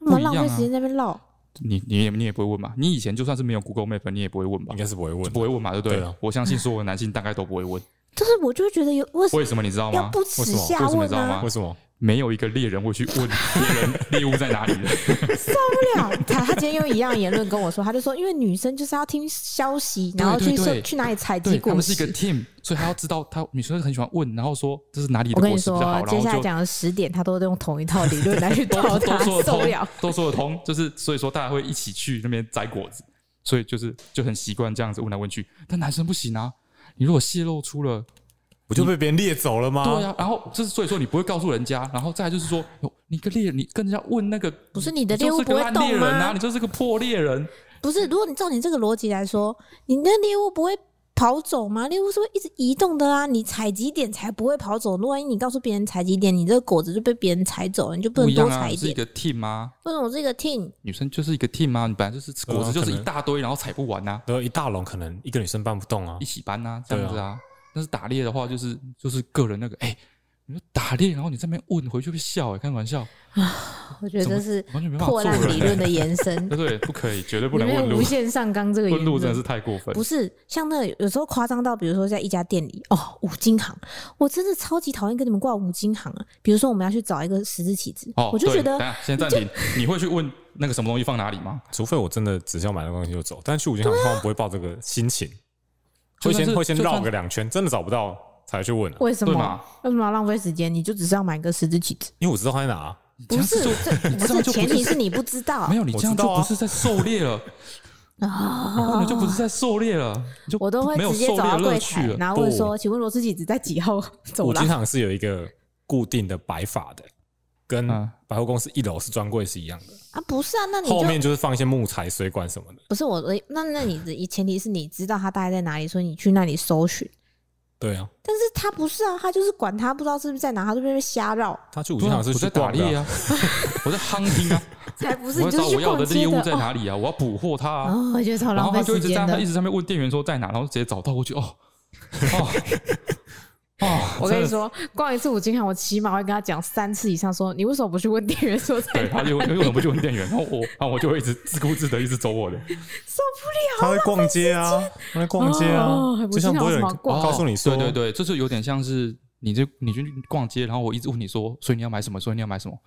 [SPEAKER 1] 干嘛
[SPEAKER 2] 不一样
[SPEAKER 1] 浪
[SPEAKER 2] 啊
[SPEAKER 1] 费时间在那边唠？
[SPEAKER 2] 你你也你也不会问嘛？你以前就算是没有 Google Map，你也不会问吧
[SPEAKER 3] 应？该是不会问
[SPEAKER 2] 就，不会问嘛，对不对？
[SPEAKER 3] 对啊
[SPEAKER 2] 我相信所有的男性大概都不会问，
[SPEAKER 1] 就是我就会觉得有为什么
[SPEAKER 2] 为什么你知道
[SPEAKER 1] 要
[SPEAKER 2] 吗？
[SPEAKER 1] 不耻
[SPEAKER 3] 为什么
[SPEAKER 1] 下
[SPEAKER 2] 为什么你
[SPEAKER 1] 问
[SPEAKER 2] 知道
[SPEAKER 1] 啊
[SPEAKER 2] 吗？
[SPEAKER 3] 为什么？
[SPEAKER 2] 没有一个猎人会去问别人猎物在哪里的。
[SPEAKER 1] 不了，他他今天用一样的言论跟我说，他就说因为女生就是要听消息，然后
[SPEAKER 2] 对
[SPEAKER 1] 去
[SPEAKER 2] 对
[SPEAKER 1] 说
[SPEAKER 2] 对
[SPEAKER 1] 去哪里采集
[SPEAKER 2] <laughs> 对，他
[SPEAKER 1] 果
[SPEAKER 2] 们是一个
[SPEAKER 1] 实。
[SPEAKER 2] team，所以他要知道他女生很喜欢问，然后说这是哪里
[SPEAKER 1] 我
[SPEAKER 2] 的
[SPEAKER 1] 跟你
[SPEAKER 2] 果实比
[SPEAKER 1] 说
[SPEAKER 2] 较好，，然
[SPEAKER 1] 接下来
[SPEAKER 2] 后就。
[SPEAKER 1] 讲的十点，他都用同一套理论来去套
[SPEAKER 2] <laughs> 都
[SPEAKER 1] 他
[SPEAKER 2] 都，说得
[SPEAKER 1] 受不
[SPEAKER 2] 通
[SPEAKER 1] 了。，
[SPEAKER 2] 都说得通，就是所以说大家会一起去那边摘果子，所以就是就很习惯这样子问来问去。但男生不行啊，你如果泄露出了
[SPEAKER 3] 不就被别人猎走了吗？
[SPEAKER 2] 对啊呀、然后就是所以说你不会告诉人家，然后再来就是说，哟你个猎，你跟人家问那个，不
[SPEAKER 1] 是你的猎物不会动吗
[SPEAKER 2] 猎人啊，你就是个破猎人，
[SPEAKER 1] 不是，如果你照你这个逻辑来说，你那猎物不会跑走吗？猎物是会一直移动的啊，你采集点才不会跑走。如果你告诉别人采集点，你这个果子就被别人采走了，你就不
[SPEAKER 2] 不
[SPEAKER 1] 能
[SPEAKER 2] 一样
[SPEAKER 1] 多
[SPEAKER 2] 啊，
[SPEAKER 1] 采
[SPEAKER 2] 你
[SPEAKER 1] 一
[SPEAKER 2] 是一
[SPEAKER 1] 点。
[SPEAKER 2] 个 team 啊，
[SPEAKER 1] 为什么我是一个 team？
[SPEAKER 2] 女生就是一个 team 啊，你本来就是吃
[SPEAKER 3] 对啊
[SPEAKER 2] 果子就是
[SPEAKER 3] 可
[SPEAKER 2] 一
[SPEAKER 3] 能
[SPEAKER 2] 大堆，然后采不完啊，
[SPEAKER 3] 然后一大笼可能一个女生搬不动啊
[SPEAKER 2] 一，起搬啊，这样子啊。但是打猎的话，就是就是个人那个，哎、你说打猎，然后你这边问回去被笑、哎，开玩笑，
[SPEAKER 1] 我觉得这是
[SPEAKER 2] 完全没办法
[SPEAKER 1] 破
[SPEAKER 2] 做
[SPEAKER 1] 烂理
[SPEAKER 2] 人、啊
[SPEAKER 1] 论的延伸，
[SPEAKER 2] <laughs> 对对，不可以，绝对不
[SPEAKER 1] 里
[SPEAKER 2] 能
[SPEAKER 1] 面
[SPEAKER 2] 问
[SPEAKER 1] 有无，
[SPEAKER 2] 路
[SPEAKER 1] 限上纲这个言
[SPEAKER 2] 问路真的
[SPEAKER 1] 论
[SPEAKER 2] 是。太过分
[SPEAKER 1] 不。是像那有时候夸张到，比如说在一家店里哦，五金行，我真的超级讨厌跟你们挂五金行啊。比如说我们要去找一个十字旗子，
[SPEAKER 2] 哦，
[SPEAKER 1] 我就
[SPEAKER 2] 对
[SPEAKER 1] 觉得
[SPEAKER 2] 等一下先暂停，你会去问那个什么东西放哪里吗？
[SPEAKER 3] 除非我真的只是要买那个东西就走，但去五金行通常不会抱这个心情，
[SPEAKER 2] 就
[SPEAKER 3] <laughs> 会
[SPEAKER 2] 算
[SPEAKER 3] 先
[SPEAKER 2] 是
[SPEAKER 3] 会先
[SPEAKER 2] 就算
[SPEAKER 3] 绕个两圈，真的找不到才去问啊，
[SPEAKER 1] 为什
[SPEAKER 2] 对
[SPEAKER 1] 么
[SPEAKER 2] 嘛
[SPEAKER 1] 为什么要浪费时间？你就只是要买个十字旗子，
[SPEAKER 3] 因为我知道他在哪，啊
[SPEAKER 1] 不是
[SPEAKER 2] 这样子
[SPEAKER 1] 这不
[SPEAKER 2] 就你这
[SPEAKER 1] 是
[SPEAKER 2] 样就
[SPEAKER 1] 前
[SPEAKER 2] 不
[SPEAKER 1] 提
[SPEAKER 2] 是
[SPEAKER 1] 是你不知道
[SPEAKER 2] 没有，你这样
[SPEAKER 3] 我知道
[SPEAKER 2] 就
[SPEAKER 3] 啊
[SPEAKER 2] 不是在狩
[SPEAKER 1] <laughs>
[SPEAKER 2] 猎了，
[SPEAKER 1] 啊。
[SPEAKER 2] 根本就不是在狩猎了，你就
[SPEAKER 1] 哦我都会
[SPEAKER 2] 没有
[SPEAKER 1] 直接
[SPEAKER 2] 狩
[SPEAKER 1] 走到
[SPEAKER 2] 猎
[SPEAKER 1] 柜
[SPEAKER 2] 乐趣
[SPEAKER 1] 台，
[SPEAKER 2] 了。
[SPEAKER 1] 然后问说：“请问螺丝起子在几号走
[SPEAKER 4] 啊
[SPEAKER 3] 五金
[SPEAKER 1] 廊
[SPEAKER 3] 行是有一个固定的摆法的，跟
[SPEAKER 2] 嗯
[SPEAKER 3] 百货公司一楼是专柜是一样的，？”
[SPEAKER 1] 啊，不是啊，那你就
[SPEAKER 3] 后面就是放一些木材、水管什么的。
[SPEAKER 1] 不是我的。那那你的前提是你知道他大概在哪里，所以你去那里搜寻。
[SPEAKER 3] 对啊，
[SPEAKER 1] 但是他不是啊，他就是管他不知道是不是在哪，他就被瞎绕，
[SPEAKER 3] 他去五
[SPEAKER 2] 对
[SPEAKER 3] 金
[SPEAKER 2] 啊
[SPEAKER 3] 行是
[SPEAKER 2] 我
[SPEAKER 3] 去
[SPEAKER 2] 在打
[SPEAKER 3] 逛的
[SPEAKER 2] 猎
[SPEAKER 3] 啊，
[SPEAKER 2] 啊， <laughs> 我在夯听啊，
[SPEAKER 1] 才不是，
[SPEAKER 2] 我
[SPEAKER 1] 你就
[SPEAKER 2] 要找
[SPEAKER 1] 是
[SPEAKER 2] 我
[SPEAKER 1] 去
[SPEAKER 2] 要
[SPEAKER 1] 逛
[SPEAKER 2] 的猎
[SPEAKER 1] 街
[SPEAKER 2] 物
[SPEAKER 1] 的哦
[SPEAKER 2] 在哪里啊，我要捕获它啊。
[SPEAKER 1] 哦，我觉得超
[SPEAKER 2] 然
[SPEAKER 1] 浪
[SPEAKER 2] 后
[SPEAKER 1] 费
[SPEAKER 2] 他就一
[SPEAKER 1] 时
[SPEAKER 2] 直在
[SPEAKER 1] 间
[SPEAKER 2] 他
[SPEAKER 1] 的
[SPEAKER 2] 一。直在那边问店员说在哪，然后直接找到，我就哦哦哦，
[SPEAKER 1] <laughs> 我跟你
[SPEAKER 2] 真的，
[SPEAKER 1] 说，逛一次五金行，我起码会跟他讲三次以上说，你为什么不去问店员说在
[SPEAKER 2] 对，
[SPEAKER 1] 哪
[SPEAKER 2] 他？就因为我不去问店员，然后我然后我就会一直自顾自的一直走我的，
[SPEAKER 3] 他在逛街啊，他在逛街啊
[SPEAKER 1] 哦，五
[SPEAKER 3] 就像
[SPEAKER 1] 金行
[SPEAKER 3] 不会有
[SPEAKER 1] 有什么好
[SPEAKER 3] 人
[SPEAKER 1] 逛
[SPEAKER 3] 告诉你说，
[SPEAKER 2] 对对对，这就有点像是你就你去逛街，然后我一直问你说，所以你要买什么？所以你要买什么？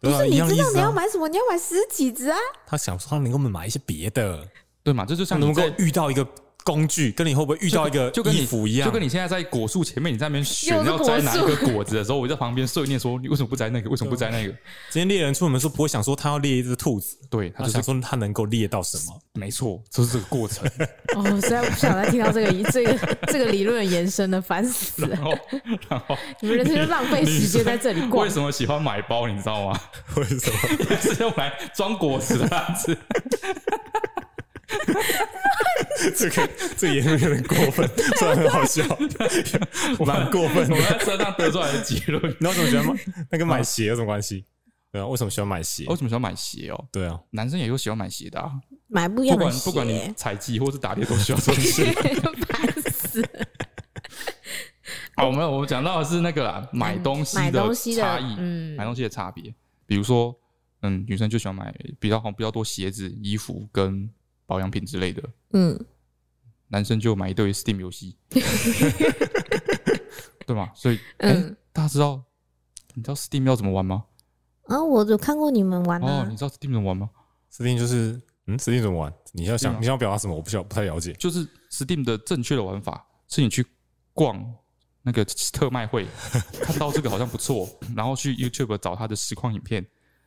[SPEAKER 1] 不
[SPEAKER 3] 对啊，
[SPEAKER 1] 是，
[SPEAKER 3] 一
[SPEAKER 1] 你
[SPEAKER 3] 样的
[SPEAKER 1] 知
[SPEAKER 3] 意
[SPEAKER 1] 道
[SPEAKER 3] 思
[SPEAKER 1] 你要
[SPEAKER 3] 啊。
[SPEAKER 1] 买什么？你要买十几只
[SPEAKER 2] <laughs>
[SPEAKER 1] 啊？
[SPEAKER 3] 他想说他能够买一些别的，
[SPEAKER 2] 对嘛？这就像
[SPEAKER 3] 他
[SPEAKER 2] 你
[SPEAKER 3] 能够
[SPEAKER 2] 在
[SPEAKER 3] 遇到一个工具，跟你会不会遇到一个
[SPEAKER 2] 就跟
[SPEAKER 3] 衣
[SPEAKER 2] 你
[SPEAKER 3] 服一样，啊
[SPEAKER 2] 就跟你现在在果树前面，你在那边选
[SPEAKER 1] 又是
[SPEAKER 2] 要摘哪一
[SPEAKER 1] 果
[SPEAKER 2] 个果子的时候，我在旁边碎念说：“你为什么不摘那个？为什么不摘那个
[SPEAKER 3] 今天猎人出门的时候不会想说他要猎一只兔子，？”
[SPEAKER 2] 对，他
[SPEAKER 3] 他
[SPEAKER 2] 就
[SPEAKER 3] 想
[SPEAKER 2] 是
[SPEAKER 3] 说他能够猎到什么。 <laughs>
[SPEAKER 2] 没错，就是这个过 <laughs> 程。
[SPEAKER 1] 哦，实在不想再听到这个这个这个理论的延伸了，烦死了！
[SPEAKER 2] 然后，然后
[SPEAKER 1] 你们人生就浪费哎时间在这里逛
[SPEAKER 2] 为。什么喜欢买包？你知道 <laughs> 吗？
[SPEAKER 3] 为什么？
[SPEAKER 2] 是用来装果实的篮子。 <laughs>
[SPEAKER 3] 这个这个言论有点过分， <laughs> 虽然很好
[SPEAKER 2] <laughs>
[SPEAKER 3] 笑，蛮过分
[SPEAKER 2] 我
[SPEAKER 3] 的
[SPEAKER 2] 们。在车上得出来的结论。
[SPEAKER 3] 你知道为什么喜
[SPEAKER 2] <laughs>
[SPEAKER 3] 欢买？那跟买鞋有什么关系？对啊，为什么喜欢买鞋
[SPEAKER 2] 我？为什么喜欢买鞋哦？
[SPEAKER 3] 对啊，
[SPEAKER 2] 男生也有喜欢买鞋的啊，
[SPEAKER 1] 买不一样
[SPEAKER 2] 不
[SPEAKER 1] 的
[SPEAKER 2] 管
[SPEAKER 1] 鞋，
[SPEAKER 2] 不管你采集或是打猎都需要穿鞋。
[SPEAKER 1] <laughs> 烦死了！
[SPEAKER 2] <laughs> 哦，没有，我们讲到的是那个啦，买东西
[SPEAKER 1] 买
[SPEAKER 2] 的
[SPEAKER 1] 东西的
[SPEAKER 2] 差异，
[SPEAKER 1] 嗯
[SPEAKER 2] 买东西的差别。比如说，嗯，女生就喜欢买比较好比较多鞋子、衣服跟保养品之类的，
[SPEAKER 1] 嗯，
[SPEAKER 2] 男生就买一堆 Steam
[SPEAKER 1] <laughs>
[SPEAKER 2] 游戏，对吗？所以，哎、
[SPEAKER 1] 嗯
[SPEAKER 2] 大家知道你知道 Steam 要怎么玩吗？
[SPEAKER 1] 啊，我有看过你们玩
[SPEAKER 2] 哦，
[SPEAKER 1] 啊
[SPEAKER 2] 你，知道 Steam 怎么玩吗？
[SPEAKER 3] 斯汀就是，嗯，斯汀怎么玩？你要
[SPEAKER 2] 对啊
[SPEAKER 3] 想，你想要表达什么？我不晓不太了解。
[SPEAKER 2] 就是 Steam 的正确的玩法是你去逛那个特
[SPEAKER 1] <laughs>
[SPEAKER 2] 卖会，看到这个好像不错，然后去 YouTube 找它的实况影片，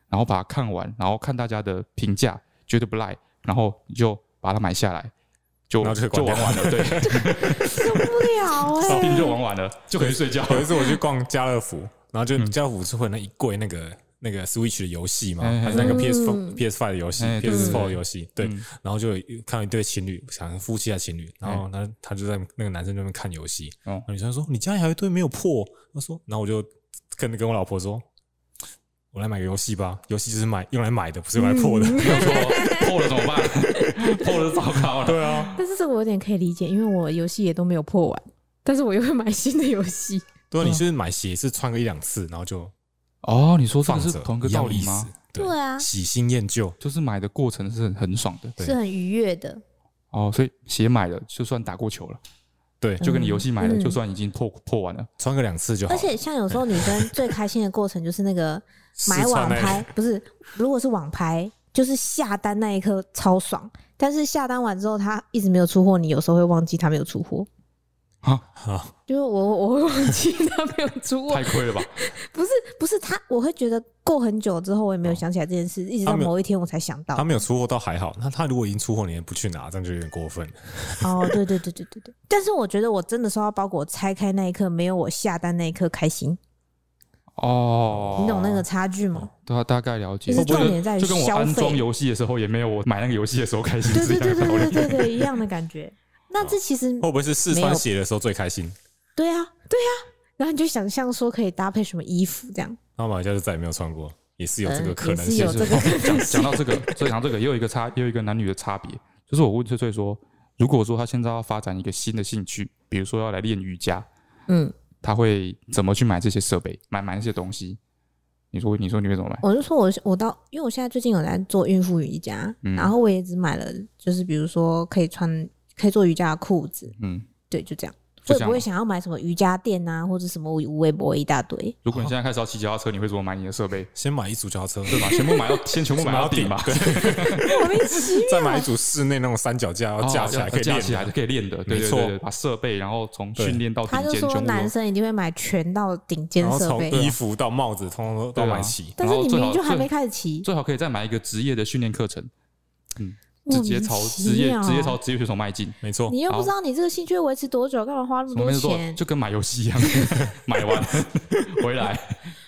[SPEAKER 2] 然后把它看完，然后看大家的评价，觉得不赖，然后你就把它买下来，就
[SPEAKER 3] 然后就可以关掉
[SPEAKER 2] 玩完了，对
[SPEAKER 1] <laughs> 受不了哎、
[SPEAKER 2] <laughs> ，Steam 就玩完了，就可以睡觉了。
[SPEAKER 3] 有一次我去逛家乐福，然后就
[SPEAKER 2] 嗯
[SPEAKER 3] 家乐福是会有那一柜那个那个 Switch 的游戏嘛，
[SPEAKER 2] 哎
[SPEAKER 3] 还是那个
[SPEAKER 1] 嗯
[SPEAKER 3] PS PS Five 的游戏
[SPEAKER 2] 哎对
[SPEAKER 3] ，PS
[SPEAKER 2] 对
[SPEAKER 3] Four
[SPEAKER 2] 对
[SPEAKER 3] 的游戏，对。
[SPEAKER 2] 嗯
[SPEAKER 3] 然后就有看到一对情侣，想夫妻还是情侣，然后
[SPEAKER 2] 哎
[SPEAKER 3] 他他就在那个男生那边看游戏，
[SPEAKER 2] 嗯
[SPEAKER 3] 然后女生说你家里还有一堆没有破，他说，然后我就跟跟我老婆说。我来买个游戏吧，游戏就是买用来买的，不是用来破的。
[SPEAKER 2] 没错，破了怎么办？破了就糟糕了。
[SPEAKER 3] <laughs> 对啊，
[SPEAKER 1] 但是这个我有点可以理解，因为我游戏也都没有破完，但是我又会买新的游戏。
[SPEAKER 3] 对啊，
[SPEAKER 2] 嗯
[SPEAKER 3] 你是买鞋是穿个一两次，然后就
[SPEAKER 2] 哦，你说这
[SPEAKER 3] 放
[SPEAKER 2] 个
[SPEAKER 3] 着，
[SPEAKER 2] 是同一个
[SPEAKER 3] 样
[SPEAKER 2] 道理
[SPEAKER 3] 意思
[SPEAKER 2] 吗？？
[SPEAKER 1] 对啊
[SPEAKER 3] 喜新厌旧，
[SPEAKER 2] 就是买的过程是很很爽的
[SPEAKER 3] 对
[SPEAKER 1] 是很愉悦的，
[SPEAKER 2] 哦，所以鞋买了就算打过球了，
[SPEAKER 3] 对，
[SPEAKER 2] 就跟你游戏买了
[SPEAKER 1] 嗯
[SPEAKER 2] 就算已经破破完了。
[SPEAKER 3] 穿个两次就好
[SPEAKER 1] 而
[SPEAKER 3] 了。
[SPEAKER 1] 且像有时候女生最开心的过程就是那
[SPEAKER 2] <laughs>
[SPEAKER 1] 个买
[SPEAKER 3] 试
[SPEAKER 1] 网
[SPEAKER 3] 穿那一
[SPEAKER 1] 拍，不是，如果是网拍，就是下单那一刻超爽，但是下单完之后他一直没有出货，你有时候会忘记他没有出货。
[SPEAKER 2] 啊，
[SPEAKER 1] 就是我 <laughs> 我会忘记他没有出货
[SPEAKER 2] 嗯太，亏了吧？
[SPEAKER 1] 不是不是他，我会觉得过很久之后我也没有想起来这件事，一直到
[SPEAKER 3] 他没有
[SPEAKER 1] 某一天我才想到
[SPEAKER 3] 他。没有出货倒还好，那他如果已经出货，你也不去拿，这样就有点过分。
[SPEAKER 1] 哦，对对对对对对。但是我觉得我真的收到包裹拆开那一刻，没有我下单那一刻开心。
[SPEAKER 2] 哦，
[SPEAKER 1] 你懂那个？差距吗？
[SPEAKER 2] 对啊，大概了解。
[SPEAKER 1] 就是
[SPEAKER 2] 会不会
[SPEAKER 1] 重点在于
[SPEAKER 2] 就跟我
[SPEAKER 1] 消费
[SPEAKER 2] 安装游戏的时候，也没有我买那个游戏的时候开心
[SPEAKER 1] 对
[SPEAKER 2] 是一
[SPEAKER 1] 对
[SPEAKER 2] 样的
[SPEAKER 1] 对对
[SPEAKER 2] 道
[SPEAKER 1] 对
[SPEAKER 2] 理。
[SPEAKER 1] 对对，一样的感觉。那这其实
[SPEAKER 2] 哦
[SPEAKER 3] 会不会是试穿鞋的时候最开心？
[SPEAKER 1] 对啊，对啊。然后你就想象说可以搭配什么衣服这样，
[SPEAKER 3] 然后买下就再也没有穿过，也是有这个
[SPEAKER 1] 嗯
[SPEAKER 3] 可
[SPEAKER 1] 也
[SPEAKER 3] 能
[SPEAKER 1] 是
[SPEAKER 3] 性。
[SPEAKER 1] 有这个可能
[SPEAKER 2] 哦讲
[SPEAKER 1] 性。
[SPEAKER 2] 到这个，所以讲到这个也有一个差，也有一个男女的差别，就是我问翠翠说，如果说她现在要发展一个新的兴趣，比如说要来练瑜伽，
[SPEAKER 1] 嗯，
[SPEAKER 2] 她会怎么去买这些设备，买买那些东西？你说，你说你会怎么买？
[SPEAKER 1] 我就说我我到，因为我现在最近有在做孕妇瑜伽，
[SPEAKER 2] 嗯
[SPEAKER 1] 然后我也只买了，就是比如说可以穿可以做瑜伽的裤子，
[SPEAKER 2] 嗯，
[SPEAKER 1] 对，就这样。
[SPEAKER 2] 就
[SPEAKER 1] 我
[SPEAKER 2] 这
[SPEAKER 1] 也
[SPEAKER 2] 样
[SPEAKER 1] 不会想要买什么瑜伽垫啊，或者什么无微博一大堆。
[SPEAKER 2] 如果你现在开始要骑脚踏车，你会怎么买你的设备？
[SPEAKER 3] 先买一组脚踏车，
[SPEAKER 2] 对吧？全部买到，先全部买到顶吧。对，
[SPEAKER 3] 再买一组室内那种三脚架，要架起来可以
[SPEAKER 2] 哦架
[SPEAKER 3] 练
[SPEAKER 2] 起来就
[SPEAKER 3] 的。
[SPEAKER 2] 可以练的。对
[SPEAKER 3] 没
[SPEAKER 2] 对
[SPEAKER 3] 错
[SPEAKER 2] 对，对把设备，然后从训练到顶
[SPEAKER 1] 他就
[SPEAKER 2] 尖，全
[SPEAKER 1] 说
[SPEAKER 2] 部都
[SPEAKER 1] 男生一定会买全到顶尖
[SPEAKER 3] 然后
[SPEAKER 1] 设
[SPEAKER 3] 从
[SPEAKER 1] 备，
[SPEAKER 3] 衣服到帽子，通通都
[SPEAKER 2] 对
[SPEAKER 3] 都
[SPEAKER 2] 啊
[SPEAKER 3] 买齐。
[SPEAKER 1] 但是你明明就还没
[SPEAKER 2] 然后最好
[SPEAKER 1] 开始骑，
[SPEAKER 2] 最好可以再买一个职业的训练课程，嗯，
[SPEAKER 1] 莫
[SPEAKER 2] 直
[SPEAKER 1] 名
[SPEAKER 2] 接朝
[SPEAKER 1] 其
[SPEAKER 2] 职业
[SPEAKER 1] 妙啊
[SPEAKER 2] 直接朝职业选手迈进。
[SPEAKER 3] 没错，
[SPEAKER 1] 你又不知道你这个兴趣会维持多久，干嘛花那么
[SPEAKER 2] 什么
[SPEAKER 1] 多
[SPEAKER 2] 没做
[SPEAKER 1] 钱？
[SPEAKER 2] 就跟买游戏一样， <laughs> 买完 <laughs> 回来